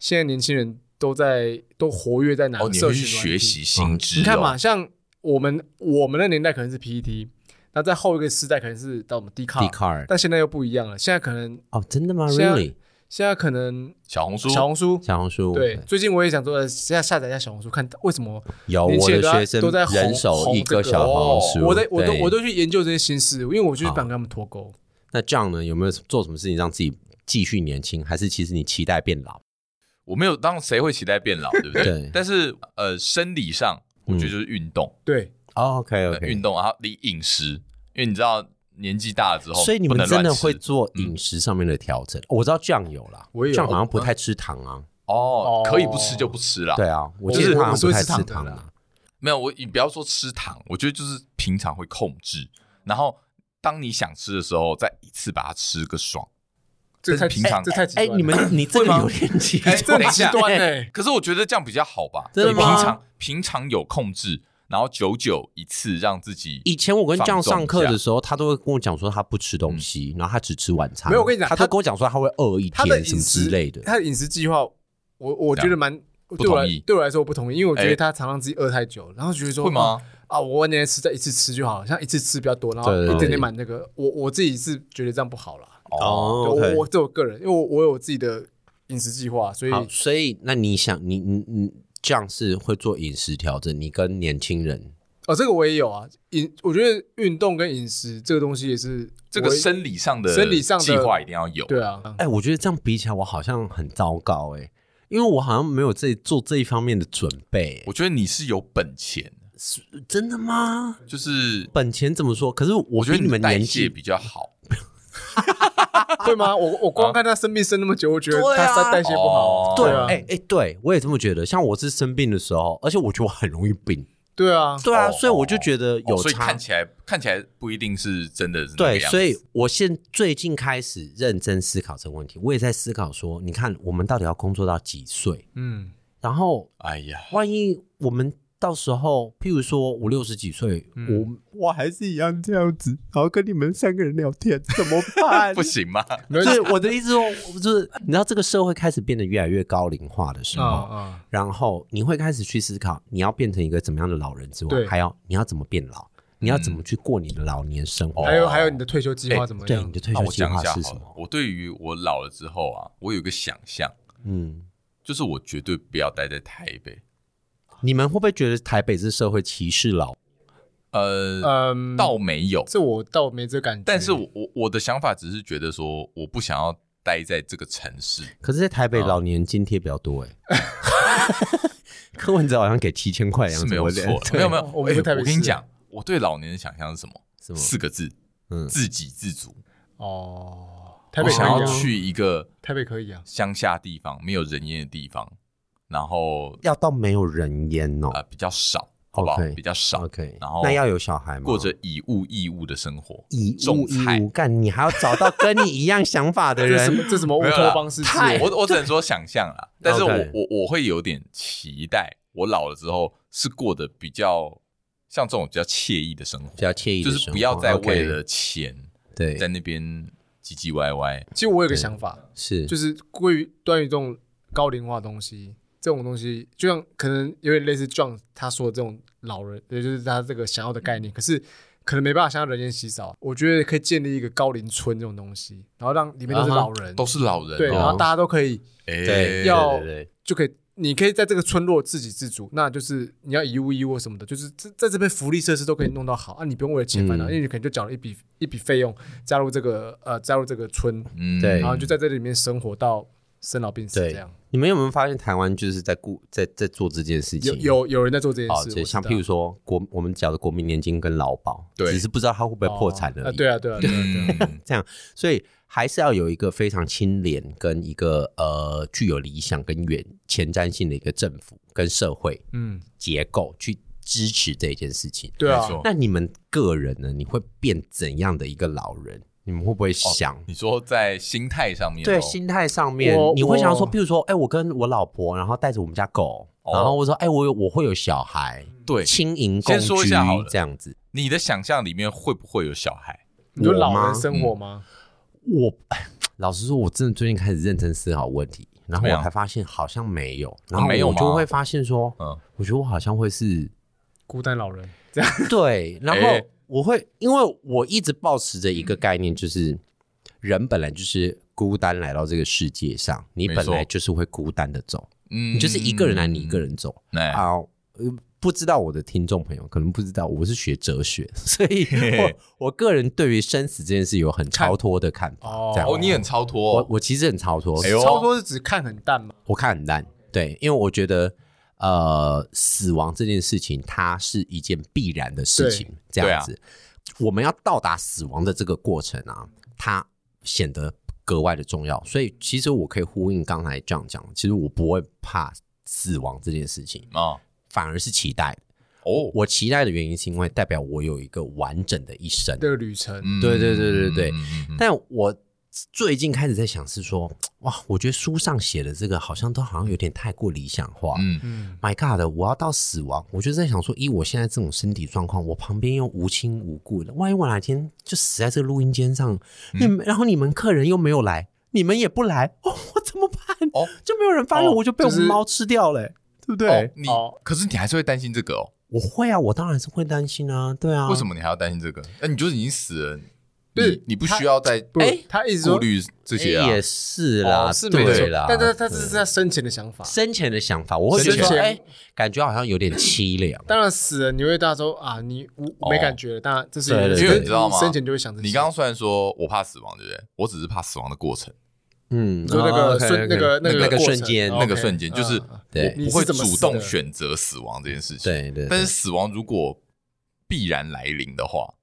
A: 现在年轻人都在都活跃在哪
B: 哦，
A: 个
B: 你
A: 社
B: 会
A: 群
B: 去
A: 软体
B: 学习新知、哦
A: 你看嘛，，像我们我们的年代可能是 PET，那在后一个时代可能是到我们 D 卡
C: d，card
A: 但现在又不一样了。现在可能
C: 哦，真的吗
A: 现在
C: ？Really？
A: 现在可能
B: 小红书，
A: 小红书，
C: 小红书
A: 对，最近我也想说，呃现在下载一下小红书，看为什么
C: 有
A: 年
C: 我
A: 轻
C: 的
A: 人
C: 学生
A: 都在红
C: 人手一
A: 红
C: 个
A: 这个哦
C: 小红
B: 对
C: 书，
A: 我在我都
C: 对
A: 我都去研究这些新事物，因为我就是不想跟他们脱钩。
C: 那这样呢？有没有做什么事情让自己继续年轻？还是其实你期待变老？
B: 我没有当谁会期待变老，对不对？
C: 对嗯
B: 但是呃，生理上我觉得就是运动，
A: 对，
C: 哦，OK，OK、
B: 呃运、动，然后你饮食，因为你知道年纪大了之后，
C: 所以你们
B: 不能
C: 真
B: 乱
C: 的
B: 吃
C: 会做饮食上面的调整、我知道酱油啦，
A: 嗯我也有
C: 酱好像不太吃糖啊。
B: 哦
A: 哦，
B: 可以不吃就不吃啦。
C: 对，啊，我
A: 就是
C: 记得他好像不太
A: 我是
C: 吃
A: 吃
C: 糖
A: 糖的
C: 啊
A: 啦。
B: 没有我，你不要说吃糖，我觉得就是平常会控制，然后当你想吃的时候，再一次把它吃个爽。
A: 这个太
B: 这是平常
A: 这太极
C: 哎、
A: 端了
C: 你们你这个有啊点奇 怪
B: 哎，
A: 这很极端
C: 哎
A: 哎，
B: 欸可是我觉得这样比较好吧？
C: 真的
B: 你
C: 吗
B: 平常平常有控制，然后久久一次让自己
C: 以前我跟
B: 放
C: 酱
B: 纵一
C: 上课
B: 下
C: 的时候，他都会跟我讲说他不吃东西，然后他只吃晚餐。
A: 没有我跟你讲
C: 他
A: 他
C: 都跟我讲说他会饿一
A: 他的
C: 天什
A: 饮
C: 么
A: 食
C: 之类的。
A: 他的饮食计划，我我
B: 这
A: 觉
B: 样
A: 得蛮对
B: 同
A: 我来
B: 意
A: 对我来说我不同意，因为我觉
B: 哎
A: 得他常让自己饿太久，然后觉得说
B: 会吗？
A: 啊，我晚点吃，再一次吃就好了，像一次吃比较多，然后
C: 对对
A: 一点
C: 对
A: 点买那个。我我自己是觉得这样不好啦。
C: 哦
A: 对
C: OK
A: 我我这我个人，因为我我有自己的饮食计划，所以
C: 好，所以那你想，你你你这样是会做饮食调整？你跟年轻人
A: 哦，这个我也有啊。饮我觉得运动跟饮食这个东西也是
B: 这个
A: 我也
B: 生理上的
A: 生理上的
B: 计划一定要有。
A: 对啊，
C: 哎、我觉得这样比起来，我好像很糟糕哎、因为我好像没有这做这一方面的准备、
B: 我觉得你是有本钱，
C: 哎真的吗？
B: 就是
C: 本钱怎么说？可是
B: 我
C: 我
B: 觉得
C: 比你们
B: 代
C: 年
B: 谢
C: 纪
B: 比较好，哦
A: 会吗？我我光
B: 啊
A: 看他生病生那么久，我觉得
C: 对
A: 他
C: 啊
A: 代代谢不好
B: 哦。
A: 对
C: 啊，
A: 啊
C: 哎、，哎、对我也这么觉得。像我是生病的时候，而且我觉得我很容易病，
A: 对啊，
C: 对啊，
B: 哦
C: 所以我就觉得有
B: 哦所以
C: 差。
B: 看起来看起来不一定是真的是那个
C: 对，
B: 样子
C: 所以我现最近开始认真思考这个问题。我也在思考说，你看我们到底要工作到几岁？
A: 嗯，
C: 然后
B: 哎呀，
C: 万一我们到时候，譬如说我六十几岁，
A: 嗯
C: 我我还是一样这样子，然后跟你们三个人聊天，怎么 办
B: 不行吗？
A: 没
C: 就是我的意思说，我就是你知道这个社会开始变得越来越高龄化的时
B: 哦
C: 候，
A: 啊
C: 然后你会开始去思考，你要变成一个怎么样的老人之外，
A: 对
C: 还要你要怎么变老，你要
B: 嗯
C: 怎么去过你的老年生活，
A: 啊，还有还有你的退休计划
B: 哦哎
A: 怎么
C: 对
A: 样
C: 你？的退
B: 那
C: 休
B: 我
C: 计
B: 讲
C: 划
B: 一下
C: 是什
B: 好了
C: 么？，
B: 我对于我老了之后啊，我有一个想象，
C: 嗯，
B: 就是我绝对不要待在台北。
C: 你们会不会觉得台北是社会歧视老？
B: 呃，
A: 嗯，
B: 倒没有，
A: 这我倒没这感觉，
B: 但是我我我的想法只是觉得说，我不想要待在这个城市。
C: 可是，在台
B: 啊
C: 北老年津贴比较多哎、 柯文哲好像给七千块的样
B: 是
C: 子，
B: 没有
C: 哎我
B: 错的，
C: 脸
B: 没有没有，
A: 我们
B: 哎
A: 是台北
B: 我跟你
A: 市
B: 讲，我对老年的想象是什么？
C: 是吗
B: 四个字，
C: 嗯
B: 自给自足。
A: 哦，台
B: 我
A: 北可
B: 想
A: 以
B: 要
A: 啊，
B: 去一个
A: 台北可以啊，
B: 乡下地方，没有人烟的地方，然后
C: 要到没有人烟哦、
B: 啊比较少，好不好
C: OK？
B: 比较少
C: OK，
B: 然后
C: 那要有小孩吗？
B: 过着以物易物的生活，
C: 以物
B: 种菜
C: 易物，干你还要找到跟你一样想法的
A: 这什
C: 人
A: 么，这什么乌
B: 没有
A: 托
B: 啦
A: 邦世界？
B: 我我只能说想象啦，但是我
C: OK
B: 我我会有点期待，我老了之后是过得比较像这种比较惬意的生活，
C: 比较惬意的
B: 就
C: 生活，
B: 是不要再
C: OK，
B: 为了钱
C: 对
B: 在，那边唧唧歪歪。
A: 其实我有个想法，
C: 是
A: 就是关于关于这种高龄化的东西，这种东西就像可能有点类似 John 他说的这种老人，也就是他这个想要的概
B: 嗯
A: 念，可是可能没办法像人烟稀少。我觉得可以建立一个高龄村这种东西，然后让里面都是
C: 啊哈
A: 老人，
B: 都是老人、哦，
A: 对，然后大家都可以
B: 哎
C: 啊对，
A: 要
C: 对对对
A: 就可以。你可以在这个村落自给自足，那就是你要一物一物什么的，就是在在这边福利设施都可以弄到好啊，你不用为了钱烦恼，
C: 嗯
A: 因为你可能就缴了一笔一笔费用加入这个呃加入这个村，
B: 嗯
C: 对
A: 然后就在这里面生活到生老病死
C: 对
A: 这样。
C: 你们有没有发现台湾就是在顾在在做这件事
A: 有
C: 情？
A: 有有人在做这件
C: 哦，
A: 事，
C: 就
A: 我
C: 像
A: 知
C: 譬
A: 道
C: 如说国我们缴的国民年金跟劳保，
B: 对
C: 只是不知道它会不会破产
A: 哦啊
C: 而已。
A: 对啊，对啊，对啊，对啊
B: 嗯
C: 所以还是要有一个非常清廉跟一个呃具有理想跟远前瞻性的一个政府跟社会
A: 嗯，
C: 结构去支持这件事情。
A: 对啊
B: 没，错
C: 那你们个人呢？你会变怎样的一个老人？你们会不会想？
B: 你说在心态上面、哦，
C: 对心态上面
A: 我，
C: 你会想要说，
A: 我
C: 譬如说，哎、我跟我老婆，然后带着我们家狗，
B: 哦嗯
C: 然后我说，哎、我有我会有小孩，
B: 对
C: 轻盈共
B: 先说一
C: 居
B: 下好了
C: 这样子。
B: 你的想象里面会不会有小孩？
A: 你说
C: 我
A: 老
C: 吗
A: 人生活吗？
C: 我老实说，我真的最近开始认真思考问题，然
B: 怎
C: 后
B: 么
C: 我
B: 样啊
C: 才发现好像没有，然后
B: 没有
C: 我就
B: 吗
C: 会发现说，
B: 嗯，
C: 我觉得我好像会是
A: 孤单老人
C: 嗯
A: 这样，
C: 对，然
B: 哎
C: 后我会，因为我一直保持着一个概念，就是人本来就是孤单来到这个世界上，你
B: 没
C: 本来
B: 错
C: 就是会孤单的走，
B: 嗯
C: 你就是一个人来，你一个。人走
B: 哎、
C: 啊。呃不知道我的听众朋友可能不知道，我是学哲学， 所以
B: 嘿嘿
C: 我我个人对于生死这件事有很超脱的看法。
A: 哦
C: 这样
B: 哦，你很超脱
C: 我
B: 哦、
C: 我其实很超脱，
B: 哎呦
A: 差不多是只看很淡嘛。
C: 我看很烂，对，因为我觉得呃，死亡这件事情它是一件必然的事情，这样子，
B: 啊
C: 我们要到达死亡的这个过程啊，它显得格外的重要。所以其实我可以呼应刚才这样讲，其实我不会怕死亡这件事情，
B: 啊
C: 反而是期待。
B: 哦，
C: 我期待的原因是因为代表我有一个完整的一生，
A: 这个旅程，
B: 嗯
C: 对对对对对
B: 嗯嗯嗯嗯
C: 但我最近开始在想是说，哇，我觉得书上写的这个好像都好像有点太过理想化。
B: 嗯，
A: 嗯，
C: My God！我要到死亡，我就在想说，以我现在这种身体状况，我旁边又无亲无故的，万一我哪天就死在这个录音间上，
B: 嗯
C: 你们、然后你们客人又没有来，你们也不来，哦，我怎么办？
B: 哦
C: 就没有人发现，
A: 哦
C: 我就被我
A: 就
C: 们
A: 是
C: 猫吃掉了欸、对不对？
B: 哦，你
A: 哦
B: 可是你还是会担心这个哦？
C: 我会啊，我当然是会担心啊，对啊。
B: 为什？么你还要担心这个？那、你就是已经死了，
A: 对
B: 你你不需要再
A: 不
C: 哎，
A: 他一直
B: 顾
A: 说
B: 虑这些啊。
C: 也是啦，
B: 哦是没
C: 对
B: 错
C: 啦，
A: 但是他这是他生前的想法。
C: 生前的想法，我会觉得
B: 生
C: 说，
A: 前
C: 哎、感觉好像有点凄凉。
A: 当然死了，你会大家说啊，你无没感觉了。当然，这是
C: 对对对
B: 因为你知道吗
A: 生前就会想这些。
B: 你刚刚虽然说我怕死亡，对不对？我只是怕死亡的过程，
C: 嗯，
A: 说那个
C: 哦，OK，
A: 瞬
C: OK
A: 那个
C: 那
A: 个
C: 个
A: 过
C: 瞬
A: 程
C: 间
A: 哦
B: 那个
A: OK，
B: 瞬间就是
A: 嗯嗯
C: 对
A: 你
B: 不
A: 是
B: 会
A: 怎么
B: 主
A: 死的
B: 动选择死亡这件事情。
C: 对对对，
B: 但是死亡如果必然来临的话，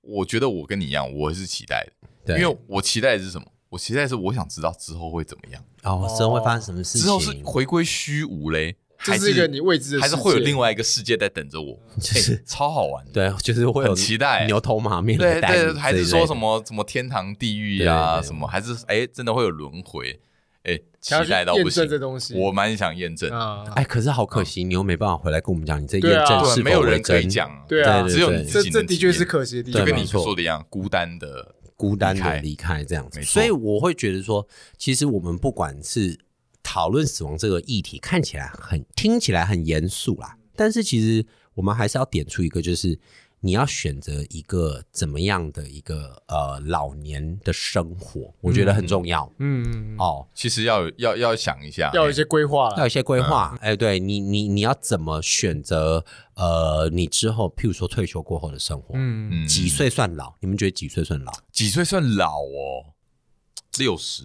B: 我觉得我跟你一样，我是期待的，
C: 对
B: 因为我期待的是什么？我期待的是我想知道之后会怎么样，
C: 啊，我生会发生什么事
A: 哦
C: 情？
B: 之后是回归虚无嘞，
A: 这
B: 还
A: 是一个你未知的世界，
B: 还是会有另外一个世界在等着我，
C: 就是
B: 欸超好玩的。
C: 对，就是会有
B: 很期待
C: 牛头马面
B: 对
C: 的待遇之类
B: 对，
C: 的，
B: 还是说什么什么天堂地狱
C: 对
B: 啊，
C: 对
B: 什么还是哎，真的会有轮回。哎，期
A: 想要去
B: 待到不
A: 验
B: 行
A: 证，这东西，
B: 我蛮想验证，
A: 啊，
C: 哎，可是好可惜，你又没办法回来跟我们讲你这
A: 对啊
C: 验证
B: 嗯对
C: 是
B: 啊，
C: 否
B: 没有
C: 为
B: 人可以
C: 真
B: 讲啊，
A: 对啊
B: 只有
C: 对
B: 你
A: 这
B: 自己
A: 这
B: 能
A: 的
B: 体
A: 确
B: 验
A: 是可惜的地
B: 就
A: 方，
B: 跟
C: 没
B: 你
C: 错
B: 说的一样，孤单的，
C: 孤单
B: 离开
C: 的离开这样子
B: 没。错
C: 所以我会觉得说，其实我们不管是讨论死亡这个议题，看起来很听起来很严肃啦，但是其实我们还是要点出一个，就是你要选择一个怎么样的一个呃老年的生活，我觉得很重要、
A: 嗯，嗯，嗯
C: 哦。
B: 其实要有要要想一下，
A: 要有一些规划
C: 要有
A: 了
C: 一，些规划，哎、对你，你你要怎么选择？呃，你之后，譬如说退休过后的生活，
A: 嗯，
B: 嗯
C: 几岁算老？你们觉得几岁算老
B: 几岁算老哦？六十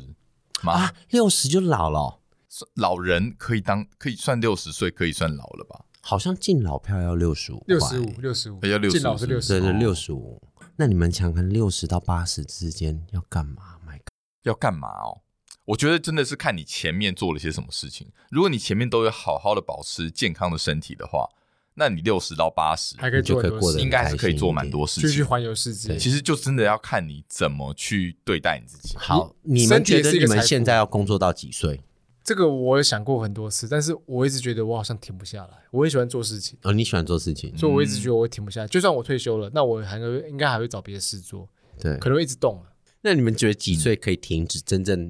B: 吗
C: 啊？？六十就老了哦、
B: 算老人可以当可以算六十岁，可以算老了吧？
C: 好像敬老票要六十五，
A: 六十五，六十五，
B: 要65
A: 敬老是六
C: 对
A: 十，
C: 对，六十五。那你们想看六十到八十之间要干嘛？My God，
B: 要干嘛哦？我觉得真的是看你前面做了些什么事情。如果你前面都有好好的保持健康的身体的话，那你六十到八十
A: 还可以
C: 你就
A: 做
C: 可以
A: 很多
C: 过
A: 事
C: 得
B: 应该还是可以做蛮多事
A: 继续
B: 情。
A: 环游世界。
B: 其实就真的要看你怎么去对待你自己。
C: 好，
A: 你
C: 你们
A: 身体也是
C: 觉得
A: 一个
C: 你们
A: 财富啊
C: 现在要工作到几岁？
A: 这个我也想过很多次，但是我一直觉得我好像停不下来。我很喜欢做事情，
C: 哦，你喜欢做事情，
A: 所以我一
B: 嗯
A: 直觉得我停不下来。就算我退休了，那我还会应该还会找别的事做，
C: 对。
A: 可能会一直动啊。
C: 那你们觉得几岁可以停止真正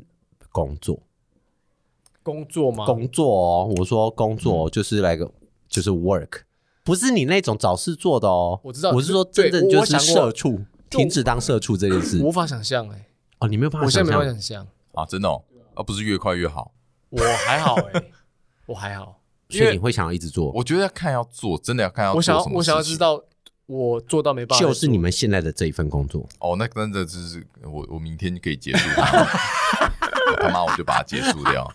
C: 工作？
A: 工作吗？
C: 工作哦，我说工
A: 嗯
C: 作哦就是来个就是 work，不是你那种找事做的哦。
A: 我知道
C: 我是说
A: 对
C: 真正就
A: 我
C: 是
A: 想过
C: 社畜，停止当社畜这件事
A: 我。无法想象哎、
C: 哦，你没有办法
A: 我现
C: 想
A: 在没办法
C: 象。
A: 想象。
B: 啊，真的哦，而、不是越快越好。
A: 我还好哎、
C: 欸
A: 我还好。
C: 所以你会想要一直做，
B: 我觉得要看要做，真的要看要
A: 我
B: 做什
A: 想
B: 么
A: 要
B: 事情。
A: 我想要知道我做到没办法再做，
C: 就是你们现在的这一份工作。
B: 哦，那真的就是我，我明天就可以结束它，他 妈我就把它结束掉。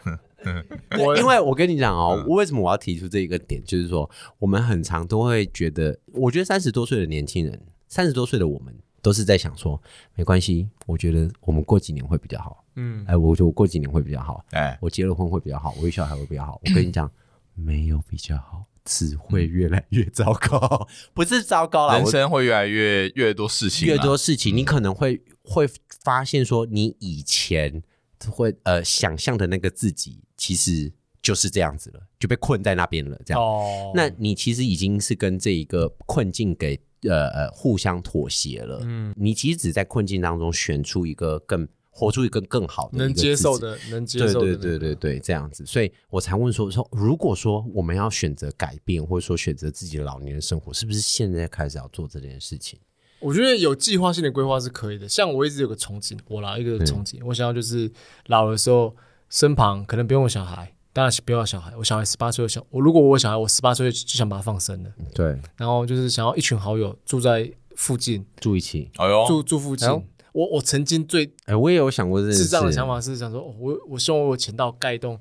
A: 我
C: 因为我跟你讲
B: 嗯
C: 哦，为什么我要提出这一个点，就是说我们很常都会觉得，我觉得三十多岁的年轻人，三十多岁的我们，都是在想说，没关系，我觉得我们过几年会比较好。
A: 嗯，
C: 哎，我觉得我过几年会比较好，
B: 哎，
C: 我结了婚会比较好，我有小孩会比较好。我跟你讲，没有比较好，只会越来越糟糕， 不是糟糕啦，
B: 人
C: 我
B: 生会越来越越多事情啊，
C: 越多事情，你可能会会发现说，你以前会呃想象的那个自己，其实就是这样子了，就被困在那边了。这样，
A: 哦，
C: 那你其实已经是跟这一个困境给呃呃互相妥协了。
A: 嗯，
C: 你其实只在困境当中选出一个更活出一个更好的一个
A: 能接受
C: 自
A: 的，
C: 己
A: 能接
C: 对
A: 受的、
C: 对对对，对，这样子，所以我才问说说，如果说我们要选择改变，或者说选择自己的老年生活，是不是现在开始要做这件事情？
A: 我觉得有计划性的规划是可以的。像我一直有个憧憬，我啦一个憧
C: 嗯
A: 憬，我想要就是老的时候身旁可能不用有小孩，当然是不要有小孩。我小孩十八岁，我想我如果我有小孩，我十八岁就就想把他放生了，
C: 对，
A: 然后就是想要一群好友住在附近，
C: 住一起。
B: 哎呦，
A: 住住附近。
C: 哎呦
A: 我我曾经最
C: 哎、我也有想过这件事。
A: 智障的想法是想说，哦我我希望我有钱到盖一栋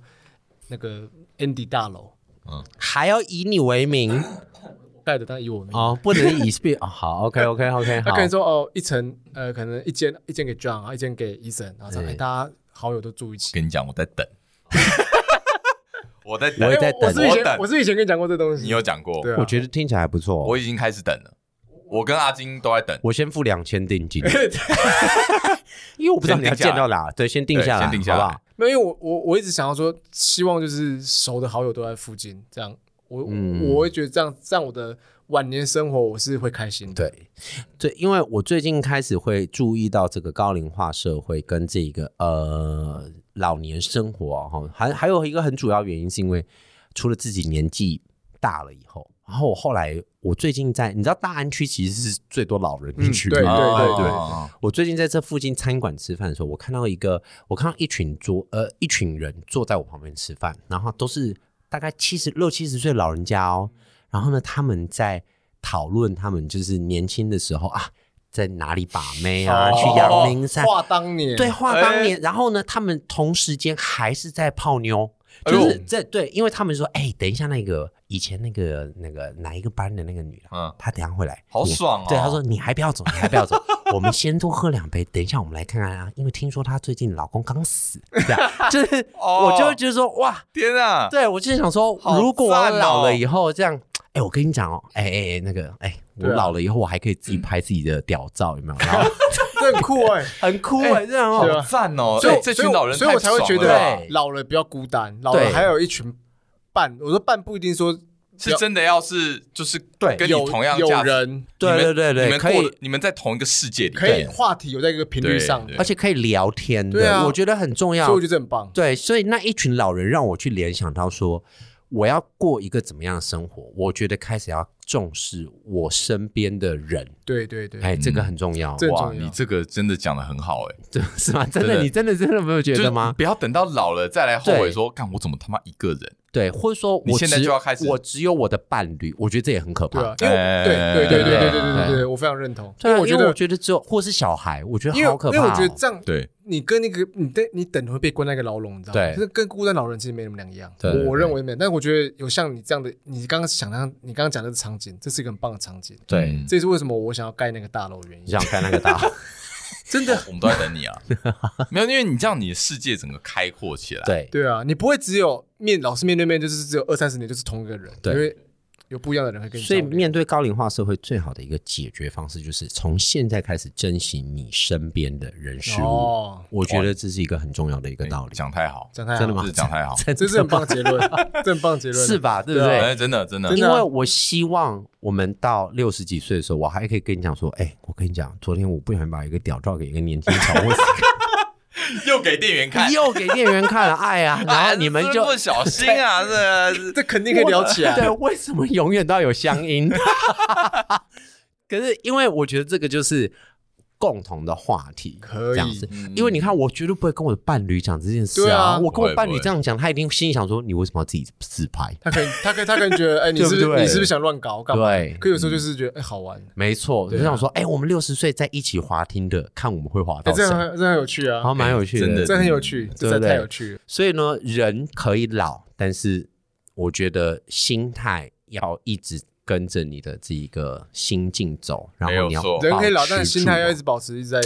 A: 那个 Andy 大楼，
C: 还要以你为名
A: 盖的但以我名义。
C: 哦，不能以别哦。好，OK，OK，OK，、
A: 他
C: 好
A: 可能。说哦，一层呃，可能一间一间给 John，然后一啊间给 Eason，然后这样、哎
C: 对
A: 大家好友都住一起。
B: 跟你讲，我在等， 我在
C: 我
B: 等，
C: 也在
A: 我
C: 等
A: 是以前
B: 我等
A: 我是以前跟你讲过这东西，
B: 你有讲过，
A: 对啊、
C: 我觉得听起来还不错。
B: 我
C: 我
B: 已经开始等了，我跟阿金都在等，
C: 我先付两千定金，因为我不知道你要
B: 先定下
C: 见
B: 来
C: 到哪，对，先定
B: 对
C: 下来，
B: 先定下
C: 好
B: 来
C: 不好？
A: 没有，因为我我我一直想要说，希望就是熟的好友都在附近，这样我、
C: 嗯
A: 我会觉得这样这样我的晚年生活我是会开心的。
C: 对，对，因为我最近开始会注意到这个高龄化社会跟这个呃老年生活哈、哦，还还有一个很主要原因是因为除了自己年纪大了以后，然后我后来我最近在你知道大安区其实是最多老人的
A: 嗯
C: 区
A: 对
C: 嘛
A: 对对对
B: 啊
C: 我最近在这附近餐馆吃饭的时候，我看到一个，我看到一群桌呃一群人坐在我旁边吃饭，然后都是大概七十六七十岁老人家哦，然后呢他们在讨论他们就是年轻的时候啊，在哪里把妹啊，
A: 哦
C: 去阳明山，
A: 话当年，
C: 对，话
B: 哎
C: 当年，然后呢他们同时间还是在泡妞。
B: 哎
C: 就
B: 呦
C: 是在对，因为他们说，哎、等一下那个以前那个那个哪一个班的那个女的，
B: 嗯，
C: 她等一下会来，
B: 好
C: 你
B: 爽哦。
C: 对，他说你还不要走，你还不要走， 我们先多喝两杯，等一下我们来看看啊，因为听说她最近老公刚死，这样就是、
B: 哦
C: 我就会觉得说哇，
B: 天啊，
C: 对我就是想说，
B: 好
C: 如果我
B: 赞哦
C: 老了以后这样，哎，我跟你讲哦，哎哎哎，那个哎，我
A: 对 啊
C: 老了以后我还可以自己拍自己的屌照，有没有？然后
A: 这很酷哎、
C: 很酷哎，这样
A: 对
C: 哦，
A: 啊
B: 好赞欸哦！
A: 所以
B: 哎
A: 我
B: 这
A: 所以
B: 群
A: 我
B: 老人
A: 所以我
B: 太
A: 才会
B: 爽
A: 觉
B: 了吧
A: 得
D: 对
A: 老了不要孤单，老了
C: 对
A: 还有一群伴。我说伴不一定说
B: 是真的要是就是
C: 对
B: 跟你
A: 有
B: 同样
A: 有
B: 价值
A: 人
B: 你们
C: 对对对对
B: 你们
C: 可以
B: 过得你们在同一个世界里，
A: 可以
B: 对
A: 话题有在一个频率
B: 对
A: 上，
B: 对
A: 所
C: 而且可以聊天
A: 对
C: 的，
A: 啊
C: 我觉得很重要
A: 以。我觉得这很棒。
C: 对，所以那一群老人让我去联想到说，我要过一个怎么样的生活？我觉得开始要重视我身边的人，
A: 对对对，
C: 哎，这个很重要，
A: 嗯这很
B: 哇，
A: 重要
B: 你这个真的讲的很好哎，
C: 这 是吗？真
B: 真
C: 的，
B: 的
C: 你真的真的没有觉
B: 就是
C: 得吗？
B: 不要等到老了再来后悔说，干我怎么他妈一个人？
C: 对，或者说我
B: 你现在
C: 只
B: 就要开始
C: 我只有我的伴侣，我觉得这也很可
A: 对
C: 怕
A: 啊。，因为
B: 哎
A: 对对对对对对
B: 对
A: 对对对，我非常认同。
C: 对啊，
A: 我觉
C: 因为
A: 得
C: 我，觉得只有或是小孩，我觉
A: 因
C: 得
A: 为
C: 好可
A: 因
C: 怕
A: 为
C: 哦。
A: 我觉得这样，
B: 对，
A: 你跟那个你等你等同会被关在一个牢笼，你知道吗？
C: 对
A: 就是跟孤单老人其实没什么两样。
C: 对对
A: 我我
C: 对
A: 认为没有，但我觉得有像你这样的，你刚刚想象，你刚刚讲的场景，这是一个很棒的场
B: 嗯
A: 景。
C: 对，
A: 这也是为什么我想要盖那个大楼的原因
C: 你。想看那个大
B: 真的，我们都在等你 啊。没有，因为你这样，你的世界整个开阔起来。
C: 对
A: 对啊，你不会只有面老是面对面，就是只有二三十年就是同一个人，
C: 对
A: 因为有不一样的人会跟你交
C: 所
A: 流。
C: 以，面对高龄化社会，最好的一个解决方式就是从现在开始珍惜你身边的人事物。
A: 哦
C: 我觉得这是一个很重要的一个道 理，
B: 哎讲太好，
A: 哎讲太好
C: 真的吗
B: 这讲太好，
A: 这是很棒的结 论，这很棒的结论，
C: 是？吧？对不
A: 对啊
C: 对？
B: 哎，真的真的
A: 真，
C: 因
A: 的啊
C: 为我希望我们到六十几岁的时候，我还可以跟你讲说，哎，我跟你讲，昨天我不小心把一个屌照给一个年轻小 伙子，
B: 又给店员看，
C: 又给店员看了，哎呀，然后
B: 哎
C: 你们
B: 这
C: 就
B: 不小心 啊，这
A: 这肯定可以聊起来。
C: 对，为什么永远都要有乡音？ 可是因为我觉得这个就是共同的话题，
A: 可以
C: 这样子。
B: 嗯
C: 因为你看，我绝对不会跟我的伴侣讲这件事
A: 对
C: 啊！
A: 啊
C: 我
B: 不
C: 跟我
B: 会
C: 伴侣
B: 不会
C: 这样讲，他一定心里想说：“你为什么要自己自拍
A: 他可以，他可以，他可能觉得，哎，你是不
C: 对不对
A: 是你是不是想乱搞？”干嘛？
C: 对，
A: 可有时候就是觉得，哎，好玩，
C: 没错，就
A: 对啊
C: 想说：“哎，我们六十岁在一起滑听的，看我们会滑
A: 哎，
C: 到
A: 这
C: 谁
A: 很，这很有趣
C: 然
A: 啊
C: 后，蛮有趣
B: 真的
A: 这很有趣，
C: 对
A: 这
C: 不对
A: 太有趣了。
C: 所以呢，人可以老，但是我觉得心态要一直跟着你的这一个心境走，然
B: 没有
C: 后你要
B: 错
A: 人可以老
C: 保，持
A: 但是心态
C: 住
A: 要一直保持一直在，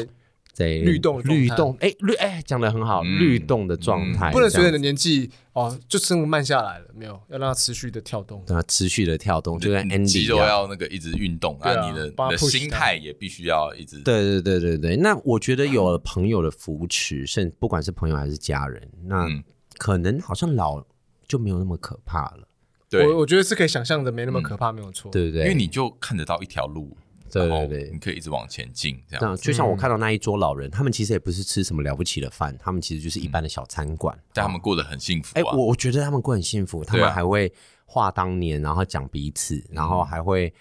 C: 在
A: 律动的状态嗯
C: 律动，哎、律哎讲的很好，
B: 嗯
C: 律动的状态、
A: 不能随着你
C: 这
A: 的
C: 样
A: 年纪哦，就生活慢下来了，没有，要让它持续的跳动。
C: 子呃持续的跳动，就跟
B: 你
C: Andy 啊
B: 肌肉
C: 一样
B: 要那个一直运动，
A: 对啊
B: 啊，你的
A: 帮
B: 你
A: 他
B: 的
A: push
B: 心态也必须要一直
C: 对对对对对，那我觉得
B: 嗯
C: 有了朋友的扶持，甚不管是朋友还是家人，那
B: 嗯
C: 可能好像老就没有那么可怕了，
B: 对，
A: 我我觉得是可以想象的，没那么可怕，没有错。
C: 对不对？
B: 因为你就看得到一条路，
C: 对
B: 然后
C: 对对
B: 你。可以一直往前进，这样
C: 那就像我看到那一桌老人，他们其实也不是吃什么了不起的饭，他们其实就是一般
B: 嗯
C: 的小餐馆。
B: 但他们过得很幸福
C: 哎、
B: 啊。
C: 我我觉得他们过得很幸福，他
B: 对
C: 们
B: 啊嗯
C: 还会话当年，然后讲彼此，然后还会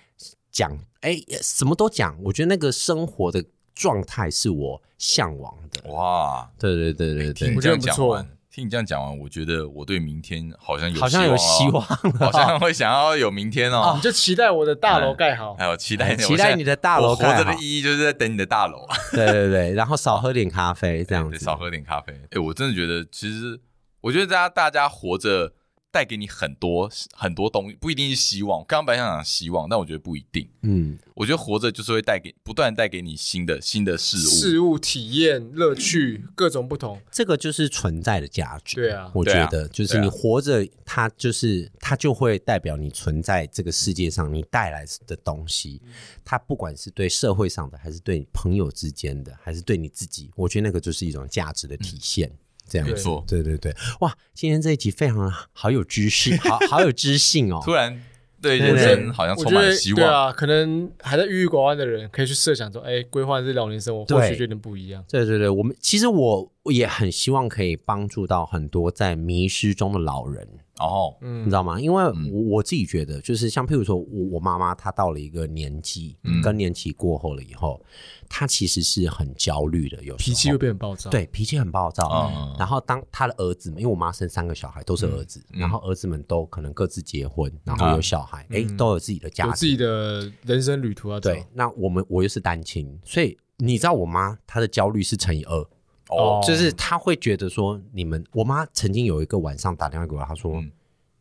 C: 讲，哎、什么都讲。我觉得那个生活的状态是我向往的。
B: 哇，
C: 对对对对
B: 哦哎听
C: 对
B: 你
A: 我
B: 这
A: 觉得
B: 样
A: 很不
B: 讲
A: 错
B: 完，听你这样讲完，我觉得我对明天好像有
C: 对，好像有希
B: 希
C: 望
B: 望啊
C: 了。
B: 哦，好像会想要有明天哦
A: 啊你。就期待我的大
C: 哎
A: 楼盖好
B: 还。有期待
C: 哦期待你的大楼啊
B: 我现在我活
C: 盖
B: 着
C: 好
B: 的意义就是在等你的大楼，啊
C: 对对对，然后少喝点咖啡，这样
B: 对
C: 子。
B: 少喝点咖啡。哎，我真的觉得，其实我觉得大家大家活着带给你很多很多东西，不一定是希望。刚刚本来想讲希望，但我觉得不一定。
C: 嗯，
B: 我觉得活着就是会带给不断带给你新的新的事物，
A: 事物体验、乐 趣各种不同，
C: 这个就是存在的价值。
A: 对啊
C: 我觉
B: 对啊
C: 得就是
B: 对啊
C: 你活着，它就是它就会代表你存在这个世界上，你带来的东西，
A: 嗯
C: 它不管是对社会上的，还是对你朋友之间的，还是对你自己，我觉得那个就是一种价值的体现。
B: 嗯
C: 这样
B: 没
C: 子，
B: 错。
C: 对对对，哇，今天这一集非常好有知识，好好有知 性哦。
B: 突然对
C: 对
B: 人
C: 对
B: 生好像
A: 我
B: 充
A: 觉
B: 满
A: 得
B: 了希
A: 对
B: 望。
A: 啊，可能还在郁郁寡欢的人，可以去设想说，哎，规划这两年生活，
C: 对
A: 或许就有点不一样。
C: 对对对，我们其实我也很希望可以帮助到很多在迷失中的老人，
B: 哦，
A: 嗯
C: 你知道吗？因为我我自己觉得，就是像譬如说我我妈妈她到了一个年纪，
B: 嗯
C: 更年期过后了以后，她其实是很焦虑的，有时候
A: 脾气会变很暴躁。，
C: 对脾气很暴躁。
B: 嗯
C: 然后当她的儿子们，因为我妈生三个小孩都是儿子，
B: 嗯
C: 然后儿子们都可能各自结婚，然
B: 啊
C: 后有小孩，哎、都有自己的
A: 嗯
C: 家
A: 有
C: 庭，
A: 自己的人生旅途要走。
C: 对，那我们我又是单亲，所以你知道我妈她的焦虑是乘以二。
B: 哦，
C: 就是她会觉得说，你们我妈曾经有一个晚上打电话给我，她说、
B: 嗯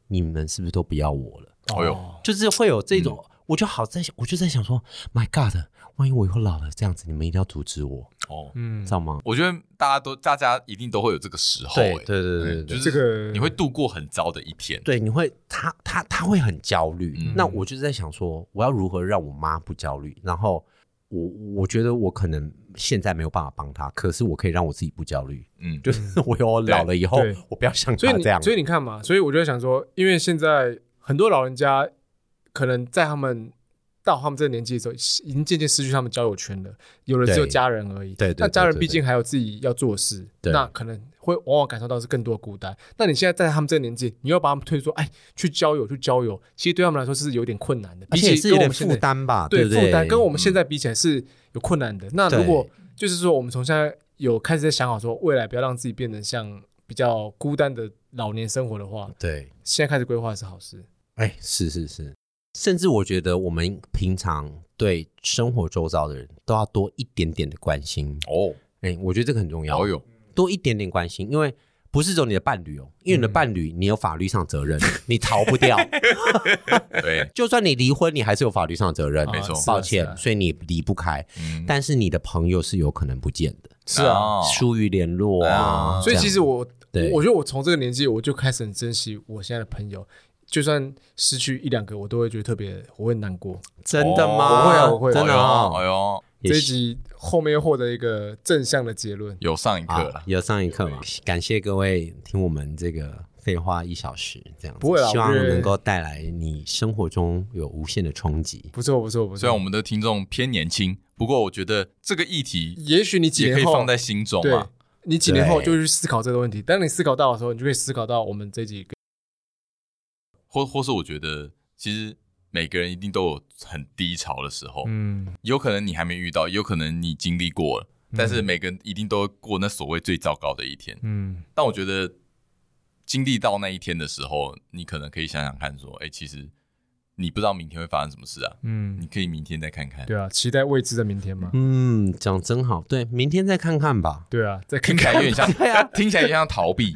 C: 你们是不是都不要我了？
B: 哎呦，
A: 哦
C: 就是会有这种，
B: 嗯
C: 我就好在想，我就在想说，My God，万一我以后老了这样子，你们一定要阻止我，
B: 哦，
A: 嗯
C: 知，道吗？
B: 我觉得大家都大家一定都会有这个时候，哎
C: 对对对对
B: 就
C: 对。
B: 是
A: 这个
B: 你会度过很糟的一天。
C: 对，你会，他他他会很焦虑。
B: 嗯
C: 那我就在想说，我要如何让我妈不焦虑？然后我我觉得我可能现在没有办法帮他，可是我可以让我自己不焦虑，
B: 嗯，
C: 就是 我有我老了以后
A: 对，
C: 我不要像
A: 所以
C: 他
A: 你
C: 这样。
A: 所以你看嘛，所以我就在想说，因为现在很多老人家可能在他们到他们这个年纪的时候，已经渐渐失去他们交友圈了，有的只有
C: 对
A: 家人而已。
C: 对对对
A: 那家人
C: 对
A: 毕竟还有自己要做的事，
C: 对
A: 那可能会往往感受到是更多的孤单。那你现在在他们这个年纪，你要把他们推说，哎，去交友，去交友，其实对他们来说是有点困难的，
C: 而
A: 比
C: 且
A: 起
C: 是
A: 跟
C: 有
A: 我
C: 点
A: 们现
C: 负
A: 在
C: 担吧，
A: 对
C: 不
A: 负担，跟我
C: 嗯
A: 们现在比起来是有困难的。那
C: 对
A: 如果就是说，我们从现在有开始在想好说，未来不要让自己变成像比较孤单的老年生活的话，
C: 对
A: 现在开始规划是好事。
C: 哎，是是是，甚至我觉得我们平常对生活周遭的人都要多一点点的关心。
B: 哦，
C: 哎，我觉得这个很重要，
B: 好有，
C: 多一点点关心，因为不是只有你的伴侣哦，因为
A: 嗯
C: 你的伴侣你有法律上责任， 你逃不 掉。
B: 对，
C: 就算你离婚，你还是有法律上责任，
A: 啊
B: 没错
A: 是啊
C: 抱
A: 是啊
C: 歉，所以你离不开。
B: 嗯，
C: 但是你的朋友是有可能不见的，
B: 是啊哦
C: 疏于联络啊。
B: 啊
A: 所以其
C: 实
A: 实我，
C: 对
A: 我觉得我从这个年纪我就开始很珍惜我现在的朋友，就算失去一两个，我都会觉得特别，我会难过。
C: 真的吗？
A: 我会啊我会啊
C: 真的
B: 哦，
C: 哦
B: 哎呦，
A: 这一集后面获得一个正向的结论，
B: 有上一课
C: 啊
B: 了，，
C: 有上一课嘛？感谢各位听我们这个废话一小时这样子，
A: 不会啦
C: 希望
A: 我觉得
C: 能够带来你生活中有无限的冲击。
A: 不错不错不错。
B: 虽然我们的听众偏年轻，不过我觉得这个议题
A: 也许你几
B: 也可
A: 年
B: 以
A: 后
B: 放在心中
A: 对
B: 嘛。
A: 你几年后
C: 对
A: 就去思考这个问题。当你思考到的时候，你就可以思考到我们这几个。
B: 或或是我觉得，其实每个人一定都有很低潮的时候，
A: 嗯，
B: 有可能你还没遇到，有可能你经历过了，但是每个人一定都过那所谓最糟糕的一天。
A: 嗯，
B: 但我觉得经历到那一天的时候，你可能可以想想看，说，哎、其实你不知道明天会发生什么事啊，
A: 嗯
B: 你，可以明天再看看。
A: 对啊，期待未知的明天嘛。
C: 嗯，讲真好，对，明天再看看吧。
A: 对啊，再看
B: 听起来有
A: 看。
B: 点像，
C: 对啊
B: 听起来有点像逃避，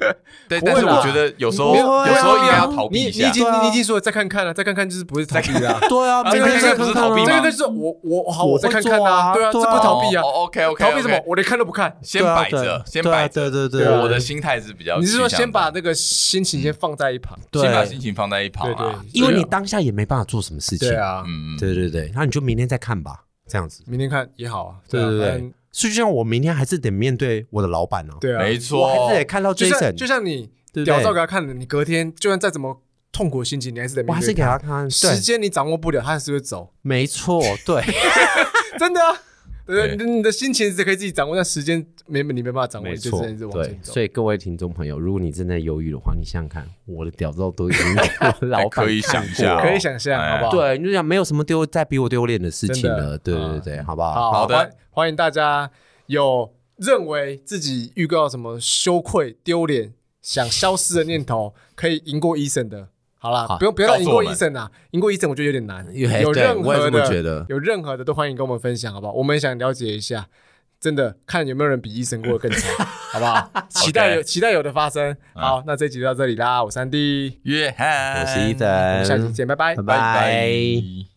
B: 对。
A: 不会
B: 但
A: 啦
B: 是我觉得有时候，
A: 你
C: 不会啊
B: 有时候应该要逃避
A: 你你
B: 一
A: 已
B: 下。
A: 经
C: 对啊
A: 你已经说再看看了，再看看就是不是逃避啦。
C: 对啊，
B: 啊
C: 明天
A: 这
C: 再
A: 个
C: 看
B: 不是
C: 看
B: 逃避
C: 啊
B: 吗
A: 这个就是我我好，
C: 我
A: 我
C: 会
A: 再看
C: 做
A: 看
C: 啊
A: 啊。对啊，这
C: 对啊
A: 不逃避啊。
B: OK OK，
A: 逃避什么？我连看都不看。
B: 哦先摆
C: 对啊
B: 着，
C: 对
B: 先摆着。
C: 对对
A: 对啊
B: 我的心态是比较
A: 你是说
B: 趋向
A: 先把
B: 的
A: 那个心情先放在一旁？
B: 先把心
C: 对，
B: 情放在一旁
A: 对
B: 啊
A: 对，
C: 因为
B: 对
C: 你
B: 啊
C: 当下也没办法做什么事情。
A: 对，啊，
B: 嗯，嗯
C: 对对对，那你就明天再看吧，这样子。
A: 明天看也好啊。
C: 对
A: 啊
C: 对
A: 反正
C: 对，所以就像我明天还是得面对我的老板哦，
A: 对啊，
B: 没
C: 我还
B: 错
C: 是，得看到
A: 就像
C: Jason，
A: 就像你
C: 对不对
A: 屌照给他看的，你隔天就算再怎么痛苦的心情，你还是得面
C: 我
A: 对
C: 还是给他看，对
A: 时，间你掌握不了，他还是会走，
C: 没错，对，
A: 真的啊。对
B: 对
A: 不对，你你的心情是可以自己掌握，但时间没你没办法掌握，
C: 没
A: 你就
C: 错
A: 只能一直，往
C: 对
A: 前。走
C: 所。以各位听众朋友，如果你正在犹豫的话，你想想看，我的屌照都已经给我老板
B: 可以想
C: 看过
B: 象
C: 了
A: 可以想象，
B: 哎
A: 好不好？，
C: 对，你就想没有什么丢再比我丢脸的事情
A: 真的
C: 了，对对对，好不好？
A: 好
B: 好的
A: 欢欢迎大家有认为自己预告什么羞愧、丢脸、想消失的念头，可以赢过医生的。好啦，
C: 好
A: 不用不要到
B: 告诉
A: 赢过
B: 我们
A: 医生啊，赢过医生我觉得有点难。
C: 因为
A: 有
C: 对
A: 任
C: 我也
A: 何
C: 这么觉
A: 的
C: 得，
A: 有任何的都欢迎跟我们分享，好不好？我们也想了解一下，真的看有没有人比医生过得更惨，好不好？期待有期待有的发生。好，那这集就到这里啦，我三弟，
B: 约翰，
C: 我是伊
A: 我们下期
C: 森，
A: 见，拜拜
C: 拜。
B: 拜
C: 拜
B: 拜。